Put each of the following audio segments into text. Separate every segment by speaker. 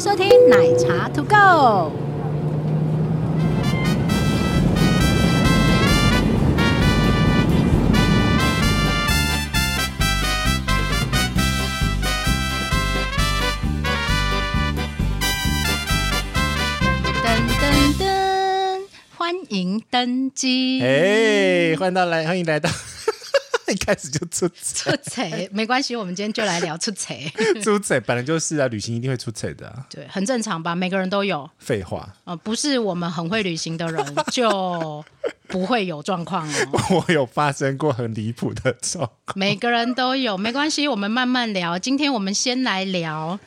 Speaker 1: 收听奶茶 To Go。噔噔噔，欢迎登机。嗯
Speaker 2: 哎，欢迎到来，欢迎来到，一开始就出
Speaker 1: 出贼没关系，我们今天就来聊出贼，
Speaker 2: 出嘴，本来就是啊，旅行一定会出嘴的、啊，
Speaker 1: 对，很正常吧？每个人都有，
Speaker 2: 废话，
Speaker 1: 呃，不是我们很会旅行的人就不会有状况 哦。
Speaker 2: 我有发生过很离谱的状况，
Speaker 1: 每个人都有，没关系，我们慢慢聊。今天我们先来聊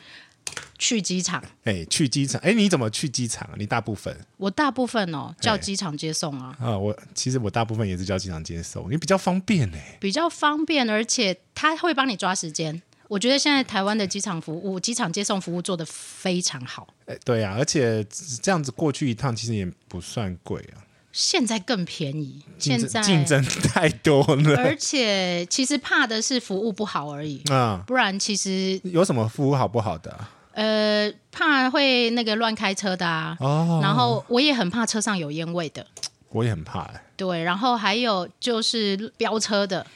Speaker 1: 去机场。
Speaker 2: 哎，去机场，哎，你怎么去机场啊？你大部分
Speaker 1: 我大部分哦叫
Speaker 2: 嘿
Speaker 1: 机场接送啊，
Speaker 2: 啊，我其实我大部分也是叫机场接送，因为比较方便哎、
Speaker 1: 比较方便，而且他会帮你抓时间。我觉得现在台湾的机场服务、机场接送服务做得非常好，
Speaker 2: 哎，对啊，而且这样子过去一趟其实也不算贵啊，
Speaker 1: 现在更便宜。现
Speaker 2: 竞争
Speaker 1: 在
Speaker 2: 竞争太多了
Speaker 1: 而且其实怕的是服务不好而已，
Speaker 2: 啊、
Speaker 1: 不然其实
Speaker 2: 有什么服务好不好的啊、
Speaker 1: 呃怕会那个乱开车的啊。
Speaker 2: 哦，
Speaker 1: 然后我也很怕车上有烟味的，
Speaker 2: 我也很怕哎、
Speaker 1: 对。然后还有就是飙车的，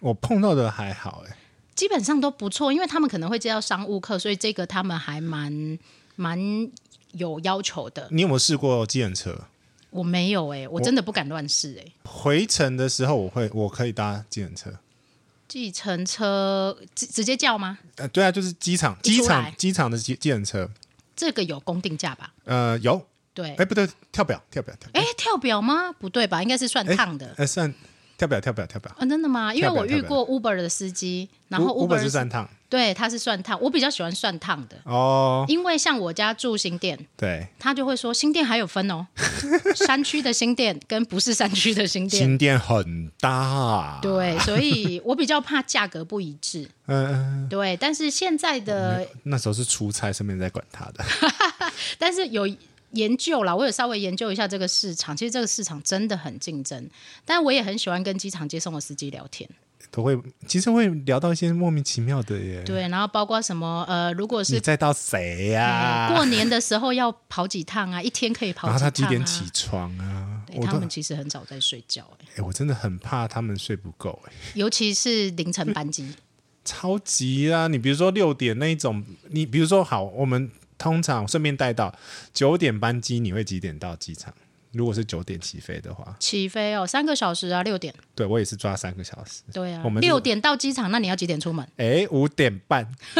Speaker 2: 我碰到的还好哎、
Speaker 1: 基本上都不错，因为他们可能会接到商务客，所以这个他们还蛮蛮有要求的。
Speaker 2: 你有没有试过机程车？
Speaker 1: 我没有哎、我真的不敢乱试哎。
Speaker 2: 回程的时候，我会我可以搭计程车。
Speaker 1: 计程车直直接叫吗？
Speaker 2: 呃，对啊，就是机场，
Speaker 1: 一
Speaker 2: 机
Speaker 1: 出来
Speaker 2: 场，机场的计计程车。
Speaker 1: 这个有公定价吧？
Speaker 2: 呃，有，
Speaker 1: 对，
Speaker 2: 哎，不对，跳表，跳表，跳表，
Speaker 1: 哎、跳表吗？不对吧？应该是算
Speaker 2: 哎
Speaker 1: 烫的。
Speaker 2: 呃，算跳表，跳表，跳表。
Speaker 1: 啊，真的吗？因为
Speaker 2: 跳表
Speaker 1: 我
Speaker 2: 跳
Speaker 1: 遇
Speaker 2: 表
Speaker 1: 过 Uber 的司机，然后
Speaker 2: U- Uber 是
Speaker 1: 是
Speaker 2: 三趟
Speaker 1: 对，他是算烫，我比较喜欢算烫的，
Speaker 2: 哦，
Speaker 1: 因为像我家住新店，
Speaker 2: 对，
Speaker 1: 他就会说新店还有分 哦，山区的新店跟不是山区的新店，
Speaker 2: 新店很大，
Speaker 1: 对，所以我比较怕价格不一致，
Speaker 2: 嗯，嗯，
Speaker 1: 对，但是现在的，
Speaker 2: 嗯那时候是出差，身边在管他的，
Speaker 1: 但是有。研究啦，我有稍微研究一下这个市场，其实这个市场真的很竞争，但我也很喜欢跟机场接送的司机聊天，
Speaker 2: 都会，其实会聊到一些莫名其妙的耶。，
Speaker 1: 对，然后包括什么呃，如果是
Speaker 2: 嗯你载到谁
Speaker 1: 哎
Speaker 2: 呀？
Speaker 1: 过年的时候要跑几趟啊，一天可以跑几
Speaker 2: 然后
Speaker 1: 趟、啊。
Speaker 2: 他几点起床啊？
Speaker 1: 对
Speaker 2: 我
Speaker 1: 他
Speaker 2: 都
Speaker 1: 们，其实很早在睡觉、哎
Speaker 2: 哎，我真的很怕他们睡不够，哎。
Speaker 1: 尤其是凌晨班机。
Speaker 2: 超级啊！你比如说六点那一种，你比如说好，我们通常顺便带到九点班机，你会几点到机场？如果是九点起飞的话，
Speaker 1: 起飞哦，三个小时啊，六点，
Speaker 2: 对我也是抓三个小时。
Speaker 1: 对啊
Speaker 2: 我，们是
Speaker 1: 六点到机场，那你要几点出 门？
Speaker 2: 哎，五点半，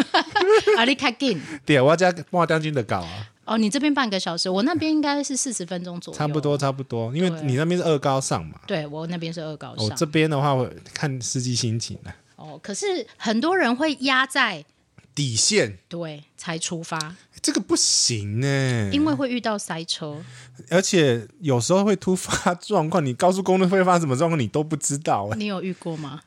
Speaker 1: 啊，你开进
Speaker 2: 对，我要加莫将军的稿啊，
Speaker 1: 哦，你这边半个小时，我那边应该是四十分钟左右，
Speaker 2: 差不。多差不多，因为
Speaker 1: 对
Speaker 2: 你那边是二高上嘛，
Speaker 1: 对我那边是二高
Speaker 2: 我、
Speaker 1: 上
Speaker 2: 哦这边的话我看司机心情啊了、
Speaker 1: 哦，可是很多人会压在
Speaker 2: 底线
Speaker 1: 对才出发，
Speaker 2: 这个不行呢、
Speaker 1: 因为会遇到塞车。
Speaker 2: 而且有时候会突发状况，你高速公路会发生什么状况你都不知道、
Speaker 1: 你有遇过吗？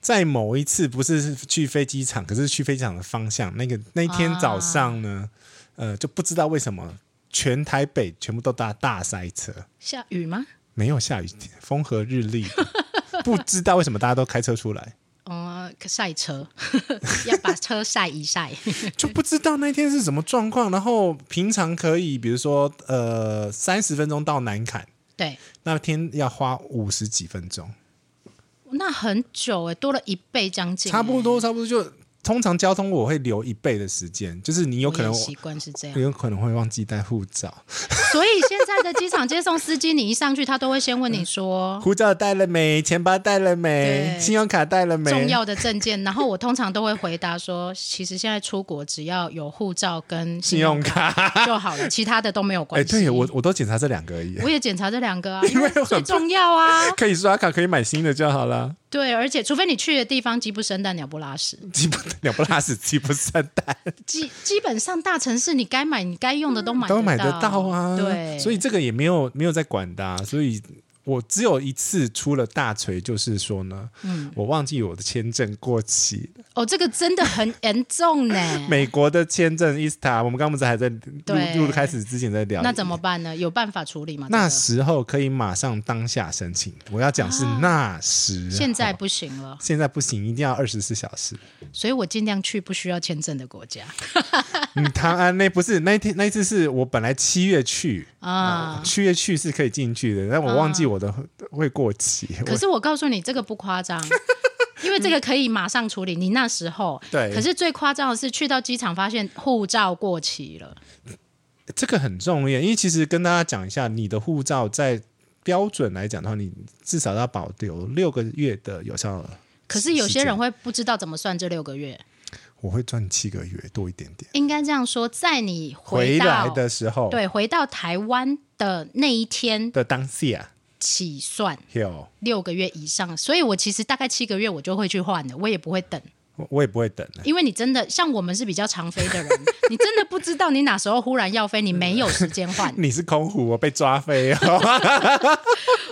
Speaker 2: 在某一次不是去飞机场，可是去飞机场的方向，那个那一天早上呢，
Speaker 1: 啊
Speaker 2: 呃，就不知道为什么全台北全部都大大塞车，
Speaker 1: 下雨吗？
Speaker 2: 没有下雨天，风和日丽 的，不知道为什么大家都开车出来，
Speaker 1: 哦、晒车， 要把车晒一晒。
Speaker 2: 就不知道那天是什么状况。然后平常可以，比如说呃，三十分钟到南坎，
Speaker 1: 对，
Speaker 2: 那天要花五十几分钟，
Speaker 1: 那很久哎、多了一倍将近、欸
Speaker 2: 差不。多差不多就通常交通我会留一倍的时间，就是你有可能嗯
Speaker 1: 我也习惯是这样，
Speaker 2: 有可能会忘记带护照。
Speaker 1: 所以现在的机场接送司机，你一上去，他都会先问你说
Speaker 2: 护照带了没？钱包带了
Speaker 1: 哦对
Speaker 2: 没？信用卡带了没？
Speaker 1: 重要的证件， 然后我通常都会回答说，其实现在出国只要有护照跟
Speaker 2: 信
Speaker 1: 信
Speaker 2: 用
Speaker 1: 用
Speaker 2: 卡。
Speaker 1: 卡就好了， 其他的都没有
Speaker 2: 哎、
Speaker 1: 关系。
Speaker 2: 对我我都检查这两个而已，
Speaker 1: 我也检查这两个啊，
Speaker 2: 因为我
Speaker 1: 最重要啊。
Speaker 2: 可以刷卡，可以买新的就好了。
Speaker 1: 对，而且除非你去的地方鸡不生蛋鸟不拉屎，
Speaker 2: 鸡不鸟不拉屎，鸡不散蛋，
Speaker 1: 基基本上大城市你该买你该用的都买
Speaker 2: 嗯都买
Speaker 1: 得
Speaker 2: 得到啊。
Speaker 1: 对，
Speaker 2: 所以这个也没有没有在管的啊、所以我只有一次出了大锤，就是说呢，
Speaker 1: 嗯
Speaker 2: 我忘记我的签证过期了，
Speaker 1: 哦，这个真的很严重 呢。
Speaker 2: 美国的签证 ISTA，我们刚不是还在
Speaker 1: 对
Speaker 2: 录录开始之前在聊，
Speaker 1: 那怎么？办呢？有办法处理吗？
Speaker 2: 那
Speaker 1: 这
Speaker 2: 啊
Speaker 1: 个
Speaker 2: 时候可以马上当下申请，我要讲是那时候，
Speaker 1: 啊现在不行了，
Speaker 2: 现在不行，一定要二十四小时。
Speaker 1: 所以我尽量去不需要签证的国家
Speaker 2: 你唐安嗯啊那不是那一天那一次是我本来七月去，
Speaker 1: 啊。
Speaker 2: 七月去是可以进去的，但我忘记我的会过期。
Speaker 1: 啊可是我告诉你，这个不夸 张。因为这个可以马上处
Speaker 2: 嗯
Speaker 1: 理，你那时候
Speaker 2: 对
Speaker 1: 可是最夸张的是，去到机场发现护照过期了，
Speaker 2: 我这个很重要，因为其实跟大家讲一下，你的护照在标准来讲的话，你至少要保留六个月的有效时间。
Speaker 1: 可是有些人会不知道怎么算这六个月。
Speaker 2: 我会赚七个月多一点点，
Speaker 1: 应该这样说，在你
Speaker 2: 回
Speaker 1: 到
Speaker 2: 来的时候
Speaker 1: 对回到台湾的那一天
Speaker 2: 的当下
Speaker 1: 起算
Speaker 2: 有。
Speaker 1: 六个月以上，所以我其实大概七个月我就会去换的，我也不会等，
Speaker 2: 我我也不会等的，，
Speaker 1: 因为你真的像我们是比较常飞的人，你真的不知道你哪时候忽然要飞，你没有时间换
Speaker 2: 你是空虎，我被抓飞 哦。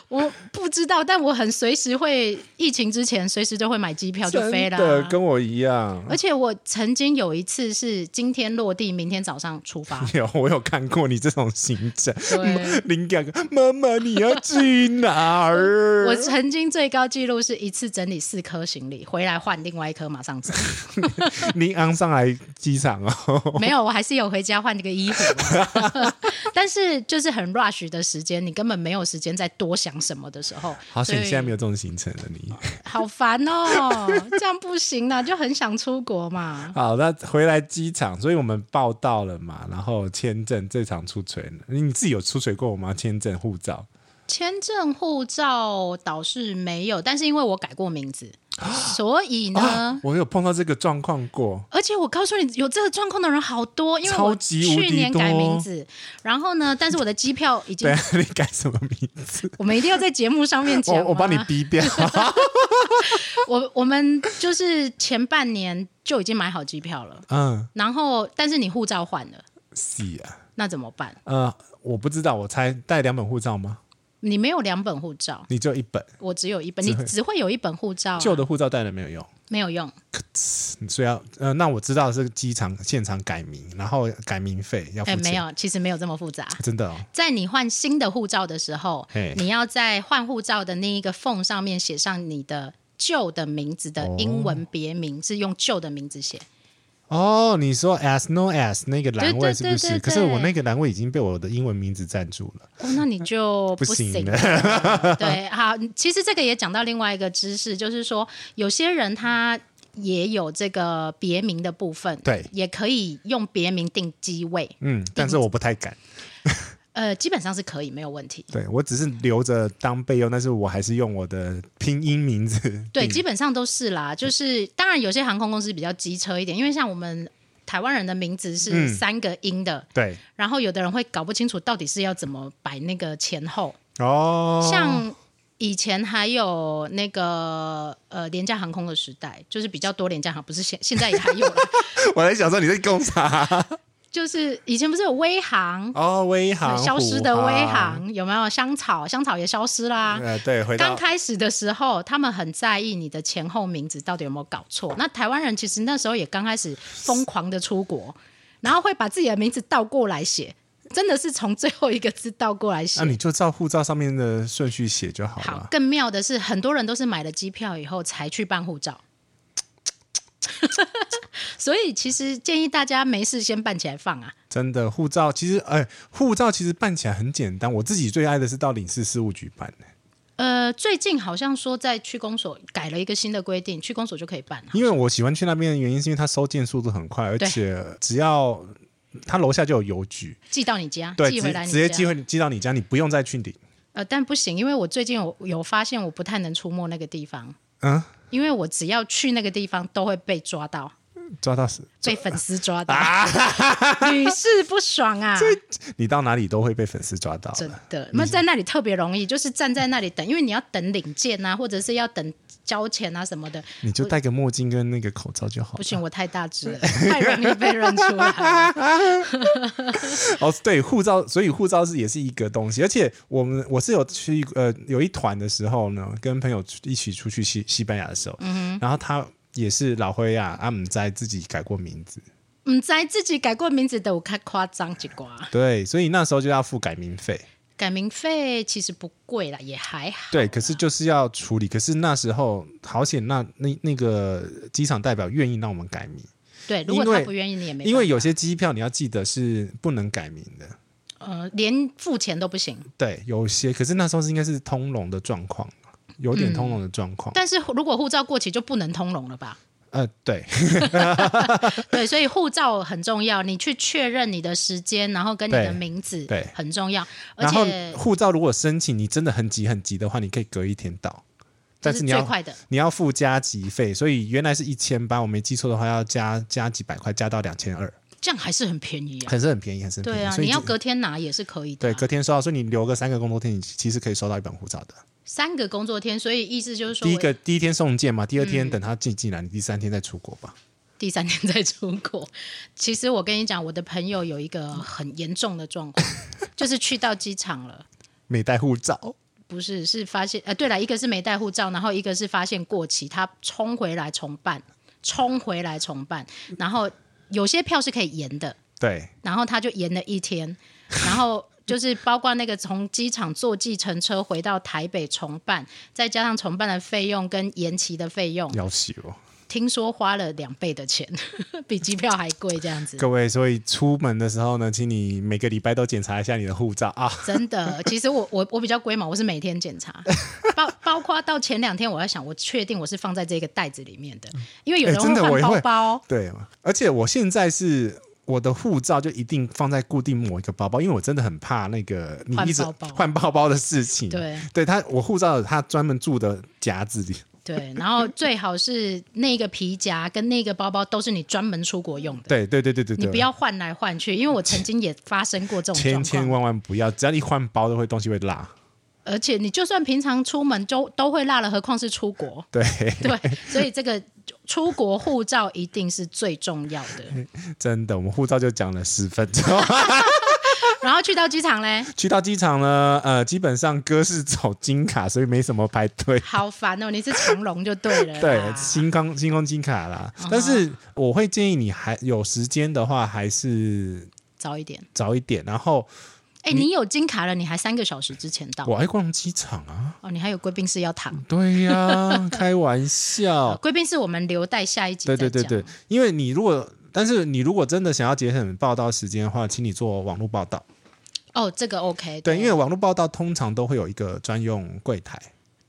Speaker 1: 我不知道，但我很随时会，疫情之前随时就会买机票就飞啦。
Speaker 2: 真的跟我一样。 。
Speaker 1: 而且我曾经有一次是今天落地，明天早上出发
Speaker 2: 有，我有看过你这种行程，
Speaker 1: 对，
Speaker 2: 灵感，妈妈你要去哪儿？
Speaker 1: 我曾经最高纪录是一次整理四颗行李，回来换另外一颗马上 走。
Speaker 2: 你昂上来机场哦，
Speaker 1: 没有，我还是有回家换这个衣服。 但是就是很 rush 的时间，你根本没有时间再多想什么的时候，
Speaker 2: 好
Speaker 1: 所
Speaker 2: 险
Speaker 1: 以
Speaker 2: 现在没有这种行程了你。
Speaker 1: 好烦哦，这样不行啦，就很想出国嘛。
Speaker 2: 好，那回来机场，所以我们报到了嘛，然后签证这场出锤呢，你自己有出锤过吗？签证护照
Speaker 1: 签证、护照倒是没有，但是因为我改过名字，所以呢。
Speaker 2: 啊，我有碰到这个状况 过，
Speaker 1: 而且我告诉你，有这个状况的人好多，因为我
Speaker 2: 超级无敌
Speaker 1: 去年改
Speaker 2: 多
Speaker 1: 名字，然后呢，但是我的机票 已经
Speaker 2: 对啊，你改什么名字？
Speaker 1: 我们一定要在节目上面讲吗。
Speaker 2: 我我帮你逼掉，
Speaker 1: 我我们就是前半年就已经买好机票了，
Speaker 2: 嗯，
Speaker 1: 然后但是你护照换了，
Speaker 2: 是啊，
Speaker 1: 那怎么办？
Speaker 2: 呃，我不知道，我猜带两本护照吗？
Speaker 1: 你没有两本护照，
Speaker 2: 你就一本，
Speaker 1: 我只有一本，你只会有一本护照啊、
Speaker 2: 旧的护照带了没有用。
Speaker 1: 没有用。
Speaker 2: 所以要呃，那我知道是机场现场改名，然后改名费要付
Speaker 1: 哎，
Speaker 2: 钱，
Speaker 1: 没有，其实没有这么复杂。
Speaker 2: 真的哦，
Speaker 1: 在你换新的护照的时候
Speaker 2: 嘿，
Speaker 1: 你要在换护照的那一个缝上面写上你的旧的名字的英文别名，是用旧的名字写。
Speaker 2: 哦，你说 as no as 那个栏
Speaker 1: 对
Speaker 2: 位
Speaker 1: 对
Speaker 2: 是不是？
Speaker 1: 对对
Speaker 2: 可是我那个栏位已经被我的英文名字占住了，
Speaker 1: 哦，那你就
Speaker 2: 不
Speaker 1: 不
Speaker 2: 行啊
Speaker 1: 行了。对，好，其实这个也讲到另外一个知识，就是说有些人他也有这个别名的部分，
Speaker 2: 对
Speaker 1: 也可以用别名定机位，
Speaker 2: 嗯，但是我不太敢，
Speaker 1: 呃，基本上是可以，没有问题。
Speaker 2: 对我只是留着当备用，但是我还是用我的拼音名字，
Speaker 1: 对，基本上都是啦，就是当然有些航空公司比较机车一点，因为像我们台湾人的名字
Speaker 2: 嗯
Speaker 1: 是三个音的，
Speaker 2: 对，
Speaker 1: 然后有的人会搞不清楚到底是要怎么摆那个前后，
Speaker 2: 哦，
Speaker 1: 像以前还有那个呃廉价航空的时代，就是比较多廉价航，不是现现在也还有 啦，
Speaker 2: 我在想说你在攻啥？
Speaker 1: 就是以前不是有微航，
Speaker 2: 哦，微航
Speaker 1: 消失的
Speaker 2: 虎
Speaker 1: 微，航有没有？香草，香草也消失啦。
Speaker 2: 呃，对，回
Speaker 1: 刚
Speaker 2: 到
Speaker 1: 开始的时候，他们很在意你的前后名字到底有没有搞错。那台湾人其实那时候也刚开始疯狂的出国，然后会把自己的名字倒过来写，真的是从最后一个字倒过来写。
Speaker 2: 那、你就照护照上面的顺序写就好
Speaker 1: 好
Speaker 2: 了，。
Speaker 1: 更妙的是，很多人都是买了机票以后才去办护照。 所以其实建议大家没事先办起来放啊，
Speaker 2: 真的，护照其实，哎、护照其实办起来很简单。我自己最爱的是到领事事务局办的，
Speaker 1: 呃，最近好像说在区公所改了一个新的规定，区公所就可以办了。
Speaker 2: 因为我喜欢去那边的原因，是因为它收件速度很快，而
Speaker 1: 对
Speaker 2: 且只要它楼下就有邮局，
Speaker 1: 寄到你家，
Speaker 2: 对，
Speaker 1: 寄
Speaker 2: 直
Speaker 1: 回来你
Speaker 2: 直接
Speaker 1: 家
Speaker 2: 寄回寄到你家，你不用再去领。
Speaker 1: 呃，但不行，因为我最近有有发现我不太能出没那个地方，
Speaker 2: 嗯，
Speaker 1: 因为我只要去那个地方都会被抓到。
Speaker 2: 抓到死，
Speaker 1: 被粉丝抓到，
Speaker 2: 啊
Speaker 1: 屡试不爽啊！
Speaker 2: 你到哪里都会被粉丝抓到
Speaker 1: 真
Speaker 2: 的。
Speaker 1: 的，那在那里特别容易，就是站在那里等，因为你要等领件啊，或者是要等交钱啊什么的。
Speaker 2: 你就戴个墨镜跟那个口罩就好
Speaker 1: 不
Speaker 2: 了。
Speaker 1: 行，我太大 只了，太容易被认出来了。
Speaker 2: 哦，对，护照，所以护照是也是一个东西，而且我们我是有去呃有一团的时候呢，跟朋友一起出去西西班牙的时候，
Speaker 1: 嗯
Speaker 2: 然后他也是老灰啊，阿姆在自己改过名字，
Speaker 1: 唔知嗯自己改过名字的，我看夸张几瓜。
Speaker 2: 对，所以那时候就要付改名费，
Speaker 1: 改名费其实不贵啦，也还好。
Speaker 2: 对，可是就是要处理，可是那时候好险那那那个机场代表愿意让我们改名，
Speaker 1: 对，如果
Speaker 2: 因
Speaker 1: 他
Speaker 2: 为
Speaker 1: 不愿意，你也没办法。
Speaker 2: 因为有些机票你要记得是不能改名的，
Speaker 1: 呃，连付钱都不行。
Speaker 2: 对，有些，可是那时候是应该是通融的状况，有点通融的状况，
Speaker 1: 但是如果护照过期就不能通融了 吧？
Speaker 2: 呃，对。
Speaker 1: 对，所以护照很重要，你去确认你的时间，然后跟你的
Speaker 2: 对
Speaker 1: 名字，
Speaker 2: 对
Speaker 1: 很重要。而
Speaker 2: 然后
Speaker 1: 且
Speaker 2: 护照如果申请你真的很急很急的话，你可以隔一天到，但
Speaker 1: 这
Speaker 2: 你
Speaker 1: 最
Speaker 2: 要
Speaker 1: 快的，
Speaker 2: 你要付加急费，所以原来是一千八，我没记错的话要加加几百块，加到两千二，
Speaker 1: 这样还是很便宜啊。
Speaker 2: 可是很便宜，还是很便宜。
Speaker 1: 对啊，
Speaker 2: 所以
Speaker 1: 你要
Speaker 2: 这
Speaker 1: 隔天拿也是可以的
Speaker 2: 对
Speaker 1: 啊、
Speaker 2: 隔天收到，所以你留个三个工作天，你其实可以收到一本护照的。
Speaker 1: 三个工作天，所以意思就是说，
Speaker 2: 第一个第一天送件嘛，第二
Speaker 1: 嗯
Speaker 2: 天等他寄进来，你第三天再出国吧。
Speaker 1: 第三天再出国。 其实我跟你讲，我的朋友有一个很严重的状 况，就是去到机场了。
Speaker 2: 没带护照，
Speaker 1: 不是，是发现呃，对了，一个是没带护照，然后一个是发现过期，他冲回来重办，冲回来重办，然后有些票是可以延的，
Speaker 2: 对，
Speaker 1: 然后他就延了一天，然后就是包括那个从机场坐计程车回到台北重办，再加上重办的费用跟延期的费用，
Speaker 2: 要死哦。
Speaker 1: 听说花了两倍的钱， 比机票还贵这样子。
Speaker 2: 各位，所以出门的时候呢，请你每个礼拜都检查一下你的护照啊。
Speaker 1: 真的，其实我我我比较龟毛，我是每天检查，包包括到前两天我在想，我确定我是放在这个袋子里面的，因为有人
Speaker 2: 哎真的我
Speaker 1: 换
Speaker 2: 也会
Speaker 1: 包包，
Speaker 2: 对，而且我现在是我的护照就一定放在固定某一个包包，因为我真的很怕那个你一直
Speaker 1: 换包包
Speaker 2: 换包包的事情。
Speaker 1: 对
Speaker 2: 对他，我护照有他专门住的夹子里。
Speaker 1: 对，然后最好是那个皮夹跟那个包包都是你专门出国用的，
Speaker 2: 对对对对对对，
Speaker 1: 你不要换来换去，因为我曾经也发生过这种状
Speaker 2: 千
Speaker 1: 况，
Speaker 2: 千万万不要，只要一换包都会东西会落。，
Speaker 1: 而且你就算平常出门都都会落了，何况是出国
Speaker 2: 对，
Speaker 1: 对，所以这个出国护照一定是最重要的。
Speaker 2: 嗯真的，我们护照就讲了十分钟。
Speaker 1: 然后去到机场嘞，
Speaker 2: 去到机场呢，呃，基本上哥是走金卡，所以没什么排队。
Speaker 1: 好烦哦，你是长龙就对啊哦了啦，
Speaker 2: 对，星空星空金卡啦，但是我会建议你还有时间的话，还是
Speaker 1: 早一点。
Speaker 2: 早一点，然后
Speaker 1: 哎、你有金卡了，你还三个小时之前到
Speaker 2: 我爱逛机场啊。
Speaker 1: 哦，你还有贵宾室要躺。
Speaker 2: 对 呀、开玩
Speaker 1: 呃
Speaker 2: 笑。
Speaker 1: 贵宾室我们留待下一集
Speaker 2: 哦对
Speaker 1: 再
Speaker 2: 对
Speaker 1: 讲。
Speaker 2: 对对，因为你如果，但是你如果真的想要节省报道时间的话，请你做网络报道。
Speaker 1: 哦，这个 OK
Speaker 2: 对，因为网络报道通常都会有一个专用柜台。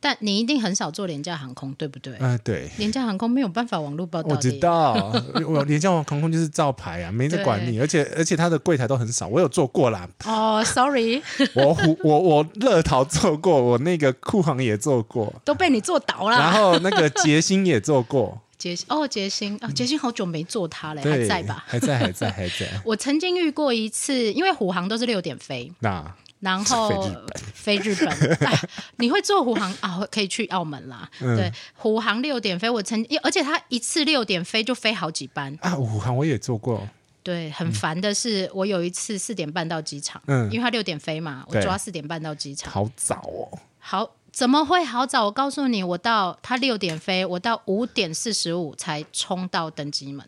Speaker 1: 但你一定很少做廉价航空，对不对？
Speaker 2: 嗯、对。
Speaker 1: 廉价航空没有办法网络报道
Speaker 2: 我
Speaker 1: 的
Speaker 2: 知
Speaker 1: 耶。
Speaker 2: 道，我廉价航空就是照牌啊，没在管你，而且而且它的柜台都很少，我有做过啦，
Speaker 1: 哦，sorry，
Speaker 2: 我虎我我乐淘做过，我那个酷航也做过，
Speaker 1: 都被你做倒
Speaker 2: 然
Speaker 1: 了。
Speaker 2: 后那个捷星也 做过，
Speaker 1: 杰星哦，杰星哦，杰星好久没做它嘞，还
Speaker 2: 对，
Speaker 1: 在吧？
Speaker 2: 还在还在还在，
Speaker 1: 我曾经遇过一次，因为虎航都是六点飞，
Speaker 2: 那
Speaker 1: 然后飞日本，哎你会坐虎航啊？可以去澳门啦。
Speaker 2: 嗯
Speaker 1: 对，虎航六点飞，我曾而且他一次六点飞就飞好几班。
Speaker 2: 啊，武汉我也做过，
Speaker 1: 对，很烦的是，我有一次四点半到机场，
Speaker 2: 嗯
Speaker 1: 因为他六点飞嘛，我
Speaker 2: 对
Speaker 1: 抓四点半到机场。
Speaker 2: 好早哦，
Speaker 1: 好，怎么会好早？我告诉你，我到他六点飞，我到五点四十五才冲到登机 门，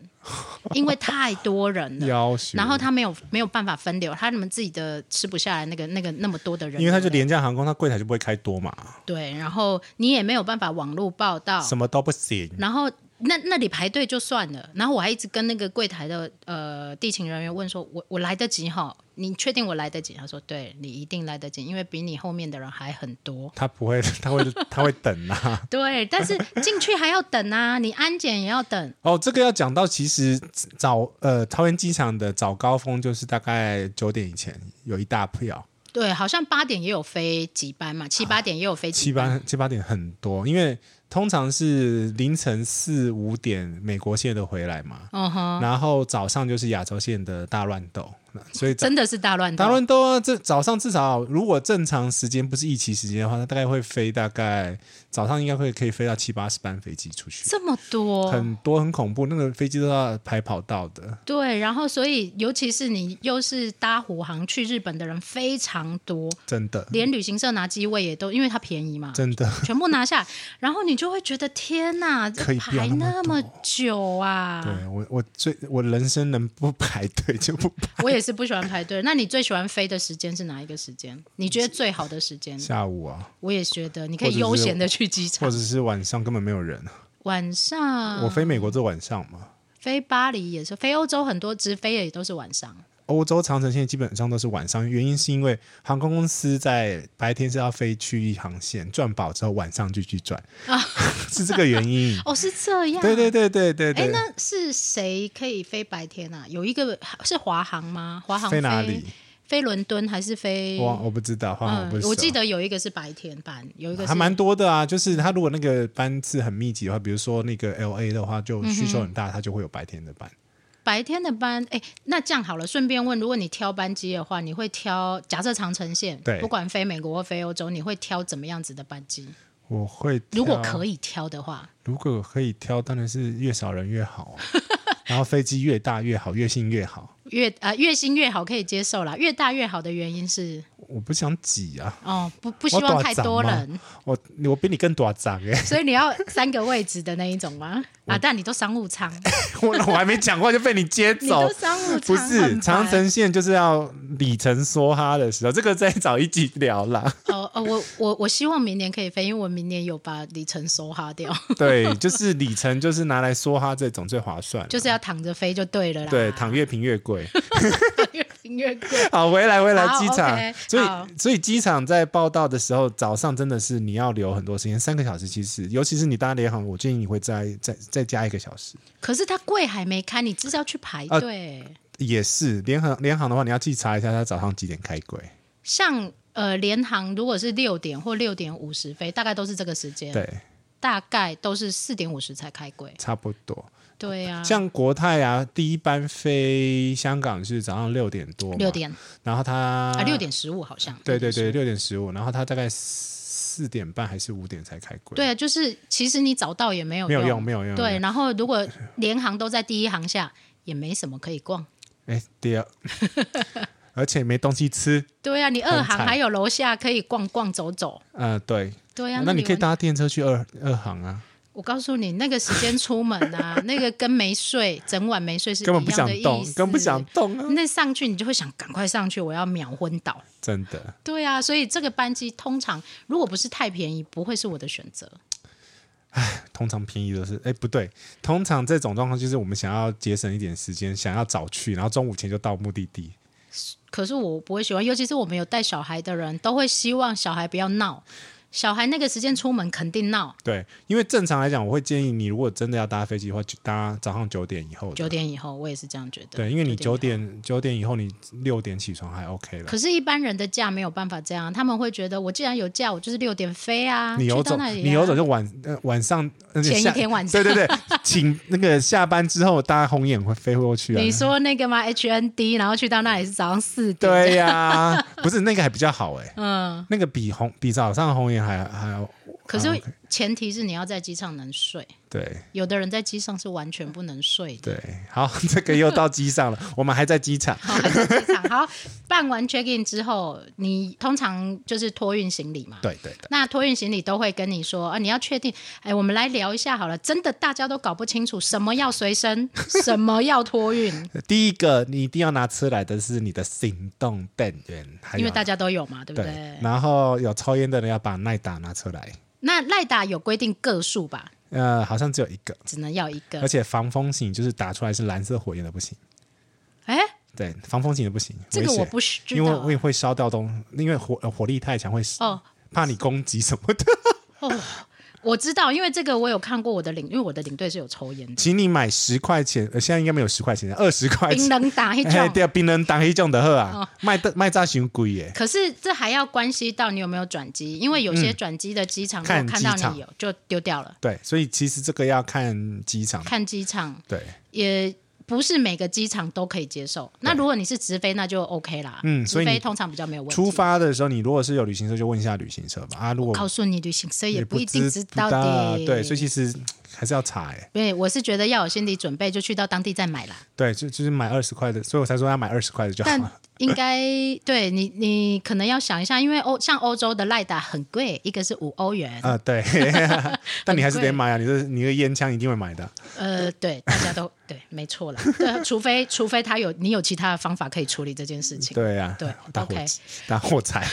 Speaker 1: 因为太多人了。
Speaker 2: 要求。
Speaker 1: 嗯然后他没有没有办法分流，他们自己的吃不下来那个那个那么多的人流量，
Speaker 2: 因为他就廉价航空，他柜台就不会开多嘛，
Speaker 1: 对，然后你也没有办法网络报道，
Speaker 2: 什么都不行。
Speaker 1: 然后哦那那里排队就算了，然后我还一直跟那个柜台的呃地勤人员问说，我我来得及哈？你确定我来得及？他说，对你一定来得及，因为比你后面的人还很多。
Speaker 2: 他不会，他会，他会等啊。
Speaker 1: 对，但是进去还要等啊，你安检也要等。
Speaker 2: 哦，这个要讲到，其实早呃，桃园机场的早高峰就是大概九点以前有一大票，
Speaker 1: 对，好像八点也有飞几班嘛，七八点也有飞
Speaker 2: 七
Speaker 1: 几班。
Speaker 2: 八七八点很多，因为通常是凌晨四五点美国线的回来嘛，
Speaker 1: 嗯哼，
Speaker 2: 然后早上就是亚洲线的大乱斗，那所以早
Speaker 1: 真的是大乱斗。
Speaker 2: 大乱斗啊，这早上至少如果正常时间不是疫期时间的话，它大概会飞大概早上应该会可以飞到七八十班飞机出去，
Speaker 1: 这么多，
Speaker 2: 很多很恐怖，那个飞机都要排跑道的。
Speaker 1: 对，然后所以尤其是你又是搭虎航去日本的人非常多，
Speaker 2: 真的，
Speaker 1: 连旅行社拿机位也都因为它便宜嘛，
Speaker 2: 嗯真的，
Speaker 1: 全部拿下来，然后你就会觉得天哪，这
Speaker 2: 可以不要
Speaker 1: 排
Speaker 2: 那么
Speaker 1: 那么
Speaker 2: 多
Speaker 1: 久啊！
Speaker 2: 对我我最我人生能不排队就不排。
Speaker 1: 我也是不喜欢排队。那你最喜欢飞的时间是哪一个时间？你觉得最好的时间？
Speaker 2: 下 午啊，
Speaker 1: 我也觉得你可
Speaker 2: 或者
Speaker 1: 以
Speaker 2: 是
Speaker 1: 悠闲的去机场
Speaker 2: 或者，是晚上根本没有人，
Speaker 1: 晚上
Speaker 2: 我飞美国就晚上嘛。
Speaker 1: 飞巴黎也是，飞欧洲很多直飞的也都是晚上。
Speaker 2: 欧洲长城线基本上都是晚上，原因是因为航空公司在白天是要飞区域航线，赚饱之后晚上就去转， 是这个原因。
Speaker 1: 哦，是这样。
Speaker 2: 对对对对对
Speaker 1: 哎，
Speaker 2: 对，
Speaker 1: 那是谁可以飞白天啊？有一个是华航吗？华航
Speaker 2: 飞哪里？
Speaker 1: 飞伦敦还是飞？
Speaker 2: 我我不知道，花我
Speaker 1: 嗯
Speaker 2: 不，熟
Speaker 1: 我记得有一个是白天班，有一个是
Speaker 2: 还蛮多的啊。就是他如果那个班次很密集的话，比如说那个 L A 的话，就需求很大，它就会有白天的班。
Speaker 1: 白天的班。哎，那这样好了，顺便问，如果你挑班机的话，你会挑假设长城线，
Speaker 2: 对
Speaker 1: 不管飞美国或飞欧洲，你会挑怎么样子的班机？
Speaker 2: 我会挑
Speaker 1: 如果可，以挑的话，
Speaker 2: 如果可以挑，当然是越少人越好 啊、然后飞机越大越好，越新越好。
Speaker 1: 越呃越新越好，可以接受啦。越大越好的原因是
Speaker 2: 我不想挤啊，
Speaker 1: 哦，不不
Speaker 2: 我
Speaker 1: 希望
Speaker 2: 大
Speaker 1: 太
Speaker 2: 长
Speaker 1: 多
Speaker 2: 嘛
Speaker 1: 人，
Speaker 2: 我我比你更短长哎、
Speaker 1: 所以你要三个位置的那一种吗？啊，但你都商务 舱。
Speaker 2: 我我还没讲话就被你接
Speaker 1: 你
Speaker 2: 走
Speaker 1: 都。商务舱
Speaker 2: 不
Speaker 1: 很
Speaker 2: 是
Speaker 1: 烦
Speaker 2: 长城线就是要里程梭哈的时候，这个再找一集聊啦。
Speaker 1: 哦哦，我我我希望明年可以飞，因为我明年有把里程收哈掉，
Speaker 2: 对，就是里程就是拿来梭哈这种最划算了。
Speaker 1: 就是要躺着飞就对了啦。
Speaker 2: 对， 躺越平越贵。
Speaker 1: 越平越贵。
Speaker 2: 好，回来回来，
Speaker 1: 好
Speaker 2: 机场
Speaker 1: OK，。
Speaker 2: 所
Speaker 1: 好
Speaker 2: 以所以机场在报道的时候，早上真的是你要留很多时间，三个小时其实，尤其是你搭联航，我建议你会再再再加一个小时。
Speaker 1: 可是它柜还没开，你至少要去排队。
Speaker 2: 啊也是联航联航的话，你要去查一下它早上几点开柜。
Speaker 1: 像呃联航，如果是六点或六点五十飞，大概都是这个时间，
Speaker 2: 对，
Speaker 1: 大概都是四点五十才开柜。
Speaker 2: 差不多。
Speaker 1: 对呀、啊，
Speaker 2: 像国泰啊，第一班飞香港是早上六点多，
Speaker 1: 六，点
Speaker 2: 然后它
Speaker 1: 啊六，点十五好像。
Speaker 2: 对对
Speaker 1: 6:15
Speaker 2: 对，。六点十五，然后它大概四点半还是五点才开柜。
Speaker 1: 对，啊，就是其实你早到也没有
Speaker 2: 没有用，没有用。没有
Speaker 1: 对，
Speaker 2: 用，
Speaker 1: 然后如果联航都在第一航下，也没什么可以逛。
Speaker 2: 哎，第 二，而且没东西吃。
Speaker 1: 对啊，你二
Speaker 2: 很
Speaker 1: 行
Speaker 2: 惨
Speaker 1: 还有楼下可以逛逛走走。
Speaker 2: 呃，对，
Speaker 1: 对啊，
Speaker 2: 那你可以
Speaker 1: 完。
Speaker 2: 搭电车去二二行啊，
Speaker 1: 我告诉你，那个时间出门 啊，那个跟没睡整晚没睡是一
Speaker 2: 根本不
Speaker 1: 样
Speaker 2: 想
Speaker 1: 的意
Speaker 2: 动，
Speaker 1: 思
Speaker 2: 根本不想。动啊，
Speaker 1: 那上去你就会想赶快上去，我要秒昏倒。
Speaker 2: 真的。
Speaker 1: 对啊，所以这个班机通常如果不是太便宜，不会是我的选择。
Speaker 2: 通常便宜的是，哎，不对，通常这种状况就是我们想要节省一点时间，想要早去，然后中午前就到目的地。
Speaker 1: 可是我不会喜欢，尤其是我们有带小孩的人，都会希望小孩不要闹。小孩那个时间出门肯定闹，
Speaker 2: 对，因为正常来讲，我会建议你，如果真的要搭飞机的话，就搭早上九点以后
Speaker 1: 九
Speaker 2: 的。
Speaker 1: 点以后我也是这样觉得。
Speaker 2: 对，因为你
Speaker 1: 9以
Speaker 2: 九
Speaker 1: 后
Speaker 2: 点九点以后，你六点起床还 OK 了
Speaker 1: 可。是，一般人的假没有办法这样，他们会觉得我既然有假，我就是六点飞啊，
Speaker 2: 你有
Speaker 1: 去到
Speaker 2: 种，
Speaker 1: 那里、啊，
Speaker 2: 你有种就晚呃晚上呃
Speaker 1: 前一
Speaker 2: 下
Speaker 1: 天晚上
Speaker 2: 对对对，请那个下班之后搭红眼会飞过去啊。
Speaker 1: 你说那个吗？HND，然后去到那里是早上四点。
Speaker 2: 对呀、不是那个还比较好哎、
Speaker 1: 嗯，
Speaker 2: 那个比红比早上的红眼还还要
Speaker 1: 可是
Speaker 2: 啊，OK
Speaker 1: 前提是你要在机场能睡，
Speaker 2: 对
Speaker 1: 有的人在机上是完全不能睡的。
Speaker 2: 对，好， 这个又到机上了，我们还在机场。
Speaker 1: 好，还在机场。好，办完 check in 之后，你通常就是托运行李嘛？
Speaker 2: 对对对，
Speaker 1: 那托运行李都会跟你说啊，你要确定。哎，我们来聊一下好了，真的大家都搞不清楚什么要随 身，什么要托运，
Speaker 2: 第一个你一定要拿出来的是你的行动电源，还有
Speaker 1: 因为大家都有嘛，对不对？
Speaker 2: 对，然后有抽烟的人要把耐打拿出来，
Speaker 1: 那赖达有规定个数吧，
Speaker 2: 呃，好像只有一个，
Speaker 1: 只能要一
Speaker 2: 而
Speaker 1: 个。
Speaker 2: 且防风型就是打出来是蓝色火焰的不行，
Speaker 1: 哎，
Speaker 2: 对，防风型的不行，
Speaker 1: 这个
Speaker 2: 危险
Speaker 1: 我不知道。
Speaker 2: 因为我也会烧掉东，因为火呃火力太强会，
Speaker 1: 哦，
Speaker 2: 怕你攻击什么的。
Speaker 1: 哦，我知道，因为这个我有看过我的领，因为我的领队是有抽烟的，
Speaker 2: 请你买十块钱，呃，现在应该没有十块钱，二十块
Speaker 1: 槟
Speaker 2: 钱，
Speaker 1: 榔打一哦种。
Speaker 2: 嘿哎对啊，冰冷当黑种的喝啊，卖的卖炸熊贵耶，
Speaker 1: 可是这还要关系到你有没有转机，因为有些转机的机场，如果
Speaker 2: 嗯看
Speaker 1: 看到
Speaker 2: 机场
Speaker 1: 你有就丢掉了。
Speaker 2: 对，所以其实这个要看机场，
Speaker 1: 看机场
Speaker 2: 对，
Speaker 1: 也不是每个机场都可以接受。那如果你是直飞，那就 OK 啦。
Speaker 2: 嗯
Speaker 1: 直
Speaker 2: 所以你
Speaker 1: 飞通常比较没有问题。
Speaker 2: 出发的时候你如果是有旅行社，就问一下旅行社吧，啊，如果
Speaker 1: 告诉你旅行社也
Speaker 2: 不
Speaker 1: 不一定
Speaker 2: 知
Speaker 1: 知道的。
Speaker 2: 对，所以其实还是要查哎，
Speaker 1: 对，我是觉得要有心理准备，就去到当地再买 啦。
Speaker 2: 对，就就是买二十块的，所以我才说要买二十块的就好
Speaker 1: 但
Speaker 2: 了，
Speaker 1: 应该对你，你可能要想一下，因为欧像欧洲的赖达很贵，一个是五欧元，
Speaker 2: 啊，对，但你还是得买啊，你这你这烟枪一定会买的，
Speaker 1: 呃，对，大家都对，没错啦。对，除非除非他有你有其他的方法可以处理这件事情。
Speaker 2: 对啊，
Speaker 1: 对
Speaker 2: 大火
Speaker 1: OK
Speaker 2: 大火柴，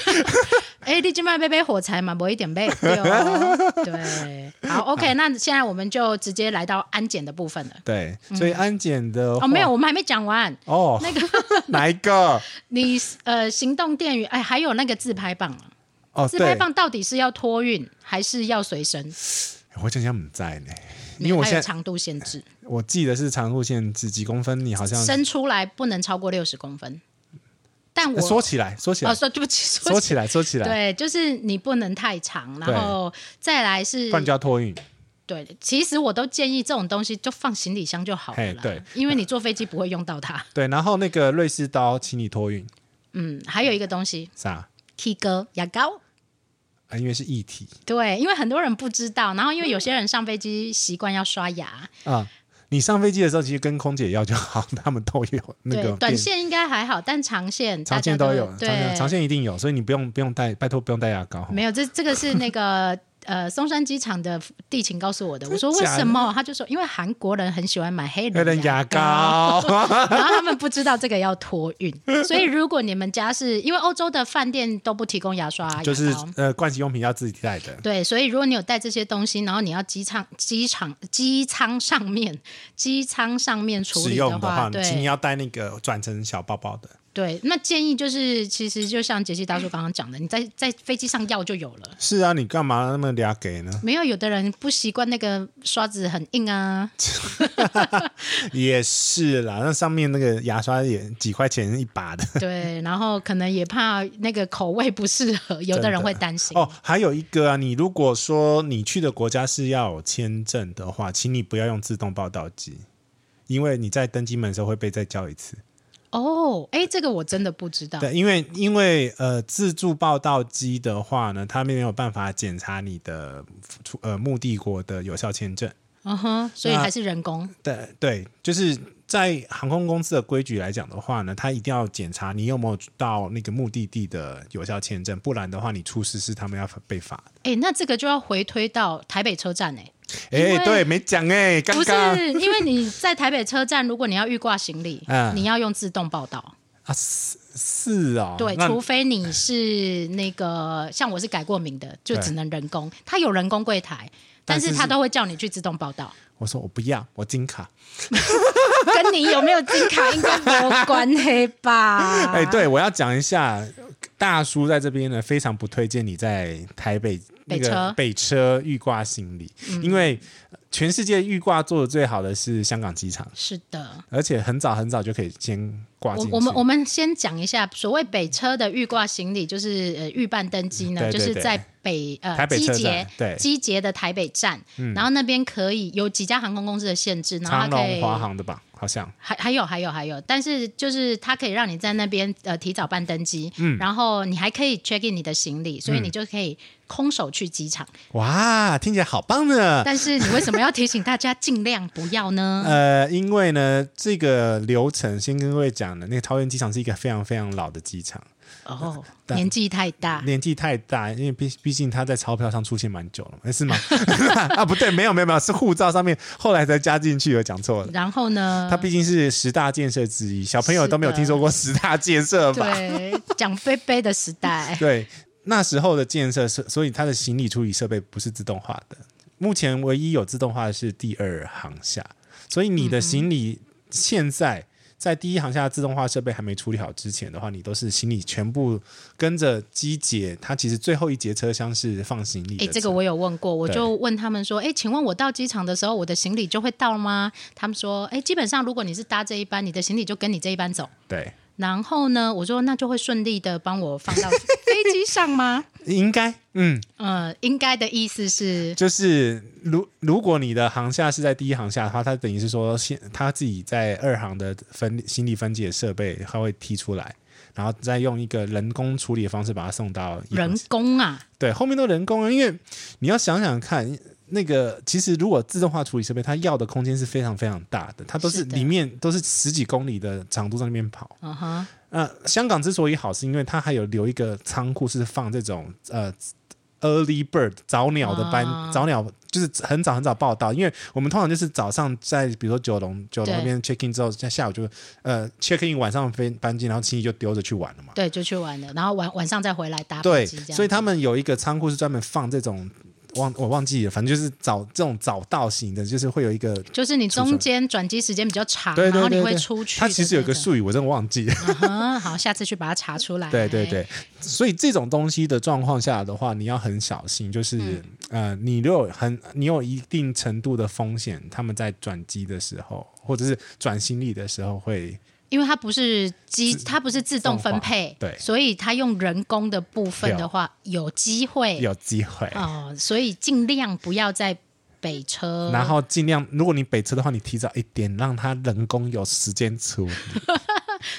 Speaker 1: 哎，你今麦杯杯火柴嘛，不一点 背。对,、哦、对，好，OK，那现在我们就直接来到安检的部分了。
Speaker 2: 对， 所以安检的
Speaker 1: 嗯
Speaker 2: 话
Speaker 1: 哦，没有，我们还没讲完。
Speaker 2: 哦，
Speaker 1: 那个
Speaker 2: 哪一个？
Speaker 1: 你呃，行动电源，哎，还有那个自拍棒啊，
Speaker 2: 哦，
Speaker 1: 自拍
Speaker 2: 对，
Speaker 1: 棒到底是要托运还是要随身？
Speaker 2: 我真想不在呢，
Speaker 1: 没
Speaker 2: 因为
Speaker 1: 有
Speaker 2: 我
Speaker 1: 它
Speaker 2: 现
Speaker 1: 有
Speaker 2: 在
Speaker 1: 长度限制，
Speaker 2: 我记得是长度限制几公分，你好像
Speaker 1: 伸出来不能超过六十公分。但我
Speaker 2: 呃说起来，说起
Speaker 1: 哦，
Speaker 2: 来，
Speaker 1: 说对不起，说
Speaker 2: 说起来，说起来，
Speaker 1: 对，就是你不能太长，
Speaker 2: 对
Speaker 1: 然后再来是
Speaker 2: 不然就要托运。
Speaker 1: 对，其实我都建议这种东西就放行李箱就好了
Speaker 2: 嘿
Speaker 1: 啦，
Speaker 2: 对
Speaker 1: 因为你坐飞机不会用到它。
Speaker 2: 对，然后那个瑞士刀，请你托运
Speaker 1: 嗯，还有一个东西
Speaker 2: 啥？
Speaker 1: ，K 哥牙膏。
Speaker 2: 啊，因为是液体
Speaker 1: 对，因为很多人不知道，然后因为有些人上飞机习惯要刷牙，
Speaker 2: 啊。你上飞机的时候，其实跟空姐要就好， 他们都有那
Speaker 1: 对
Speaker 2: 个，
Speaker 1: 短
Speaker 2: 便
Speaker 1: 线应该还好，但长线大
Speaker 2: 长
Speaker 1: 家
Speaker 2: 线都有，啊长线
Speaker 1: 对，
Speaker 2: 长线一定有，所以你不用不用带，拜托不用带牙膏。
Speaker 1: 没有，这这个是那个呃松山机场的地勤告诉我的。我说
Speaker 2: 真
Speaker 1: 为
Speaker 2: 假的
Speaker 1: 什么？他就说因为韩国人很喜欢买黑
Speaker 2: 有
Speaker 1: 人
Speaker 2: 点牙膏，
Speaker 1: 然后他们不知道这个要托运，所以如果你们家是因为欧洲的饭店都不提供牙刷、牙膏
Speaker 2: 就是呃，盥洗用品要自己带的。
Speaker 1: 对，所以如果你有带这些东西，然后你要机舱、机场、机舱上面、机舱上面处
Speaker 2: 使
Speaker 1: 理
Speaker 2: 用
Speaker 1: 话，
Speaker 2: 话，请你
Speaker 1: 对
Speaker 2: 要带那个转成小包包的。
Speaker 1: 对，那建议就是，其实就像杰西大叔刚刚讲的，你在在飞机上要就有了。
Speaker 2: 是啊，你干嘛那么俩给呢？
Speaker 1: 没有，有的人不习惯那个刷子很硬啊，
Speaker 2: 也是啦，那上面那个牙刷也几块钱一把的。
Speaker 1: 对，然后可能也怕那个口味不适合，有的人会担心。
Speaker 2: 哦，还有一个啊，你如果说你去的国家是要有签证的话，请你不要用自动报到机，因为你在登机门的时候会被再叫一次。
Speaker 1: 哦，哎，这个我真的不知道。
Speaker 2: 对，因为因为呃，自助报到机的话呢，他们没有办法检查你的出呃目的国的有效签证。
Speaker 1: 嗯哼，所以
Speaker 2: 那
Speaker 1: 还是人工。
Speaker 2: 对对，就是在航空公司的规矩来讲的话呢，他一定要检查你有没有到那个目的地的有效签证，不然的话你出事是他们要被罚的。
Speaker 1: 哎，那这个就要回推到台北车站哎、
Speaker 2: 哎
Speaker 1: 因，为
Speaker 2: 对，没讲哎、刚
Speaker 1: 不
Speaker 2: 刚
Speaker 1: 是因为你在台北车站，如果你要预挂行李，
Speaker 2: 嗯
Speaker 1: 你要用自动报到。
Speaker 2: 啊，是是哦，
Speaker 1: 对，
Speaker 2: 那
Speaker 1: 除非你是那个像我是改过名的，就
Speaker 2: 对
Speaker 1: 只能人工。它有人工柜台，但
Speaker 2: 但
Speaker 1: 是
Speaker 2: 是
Speaker 1: 它
Speaker 2: 是
Speaker 1: 都会叫你去自动报 到，
Speaker 2: 我说我不要，我金卡。
Speaker 1: 跟你有没有金卡应该没有关系吧？
Speaker 2: 哎、对，我要讲一下，大叔在这边呢，非常不推荐你在台北那个
Speaker 1: 北车嗯
Speaker 2: 北车预挂行李，因为全世界预挂做的最好的是香港机场。
Speaker 1: 是的。
Speaker 2: 而且很早很早就可以先挂
Speaker 1: 我
Speaker 2: 进去。
Speaker 1: 我们我们先讲一下，所谓北车的预挂行李，就是呃预办登机呢，
Speaker 2: 对对
Speaker 1: 就是
Speaker 2: 对
Speaker 1: 在北呃
Speaker 2: 台北
Speaker 1: 机
Speaker 2: 车
Speaker 1: 捷
Speaker 2: 站对嗯
Speaker 1: 机捷的台北站，然后那边可以有几家航空公司的限制，然后它
Speaker 2: 长
Speaker 1: 可以
Speaker 2: 龙、华航的吧，好像
Speaker 1: 还还有还有还有，但是就是它可以让你在那边呃提早办登机，
Speaker 2: 嗯
Speaker 1: 然后你还可以 check in 你的行李，所以你就可以空手去机场。
Speaker 2: 啊哇，听起来好棒呢。
Speaker 1: 但是你为什么要提醒大家尽量不要 呢？
Speaker 2: 呃，因为呢，这个流程先跟各位讲了，那个桃园机场是一个非常非常老的机场，
Speaker 1: 哦，
Speaker 2: 呃但
Speaker 1: 年纪太大，
Speaker 2: 年纪太大，因为毕毕竟它在钞票上出现蛮久了嘛，是吗？ 啊，不对，没有没有没有，是护照上面后来才加进去的，讲错了。
Speaker 1: 然后呢
Speaker 2: 它？毕竟是十大建设之一，小朋友都没有
Speaker 1: 嗯是的
Speaker 2: 听说过十大建设吧？
Speaker 1: 对，讲飞飞的时代，
Speaker 2: 对，那时候的建设是，所以它的行李处理设备不是自动化的。目前
Speaker 1: 嗯
Speaker 2: 唯一有自动化的是第二航厦，所以你的行李现在在第一航厦自动化设备还没处理好之前的话，你都是行李全部跟着机姐，它其实最后一节车厢是放行李的
Speaker 1: 哎，
Speaker 2: 车。
Speaker 1: 这个我有问过，我
Speaker 2: 对
Speaker 1: 就问他们说，哎，请问我到机场的时候，我的行李就会到吗？他们说，哎，基本上如果你是搭这一班，你的行李就跟你这一班走。
Speaker 2: 对，
Speaker 1: 然后呢，我说那就会顺利的帮我放到飞机上 吗？
Speaker 2: 应该嗯，
Speaker 1: 呃，应该的意思是，
Speaker 2: 就是如如果你的航厦是在第一航厦的话，它等于是说先它自己在二航的分心理分解设备，它会踢出来，然后再用一个人工处理的方式把它送到一航
Speaker 1: 人工啊，
Speaker 2: 对，后面都人工啊，因为你要想想看，那个其实如果自动化处理设备，它要的空间是非常非常大的，它都是
Speaker 1: 是的
Speaker 2: 里面都是十几公里的长度在那边跑。
Speaker 1: 嗯哼，
Speaker 2: 那、呃香港之所以好，是因为它还有留一个仓库是放这种呃。Early bird 早鸟的班，
Speaker 1: 啊
Speaker 2: 早鸟就是很早很早报到，因为我们通常就是早上在比如说九龙九龙那边 check in 之后，在下午就呃 check in 晚上飞班机，然后行李就丢着去玩了嘛。
Speaker 1: 对，就去玩了，然后晚晚上再回来搭飞
Speaker 2: 对，
Speaker 1: 机这样。
Speaker 2: 所以他们有一个仓库是专门放这种。忘我忘记了，反正就是早这种早到型的，就是会有一个，
Speaker 1: 就是你中间转机时间比较长，
Speaker 2: 对对对
Speaker 1: 然后你
Speaker 2: 对
Speaker 1: 会出去的那种。
Speaker 2: 它其实有一个术语，我真的忘记了。
Speaker 1: 嗯哼，好，下次去把它查出来。
Speaker 2: 对对对，所以这种东西的状况下的话，你要很小心，就是、
Speaker 1: 嗯
Speaker 2: 呃，你如果很你有一定程度的风险，他们在转机的时候，或者是转行李的时候会
Speaker 1: 因为它不是机，它不是自动分配，
Speaker 2: 动化对
Speaker 1: 所以它用人工的部分的话，有机会
Speaker 2: 有机会，
Speaker 1: 哦，所以尽量不要在北车。
Speaker 2: 然后尽量如果你北车的话，你提早一点，让它人工有时间出，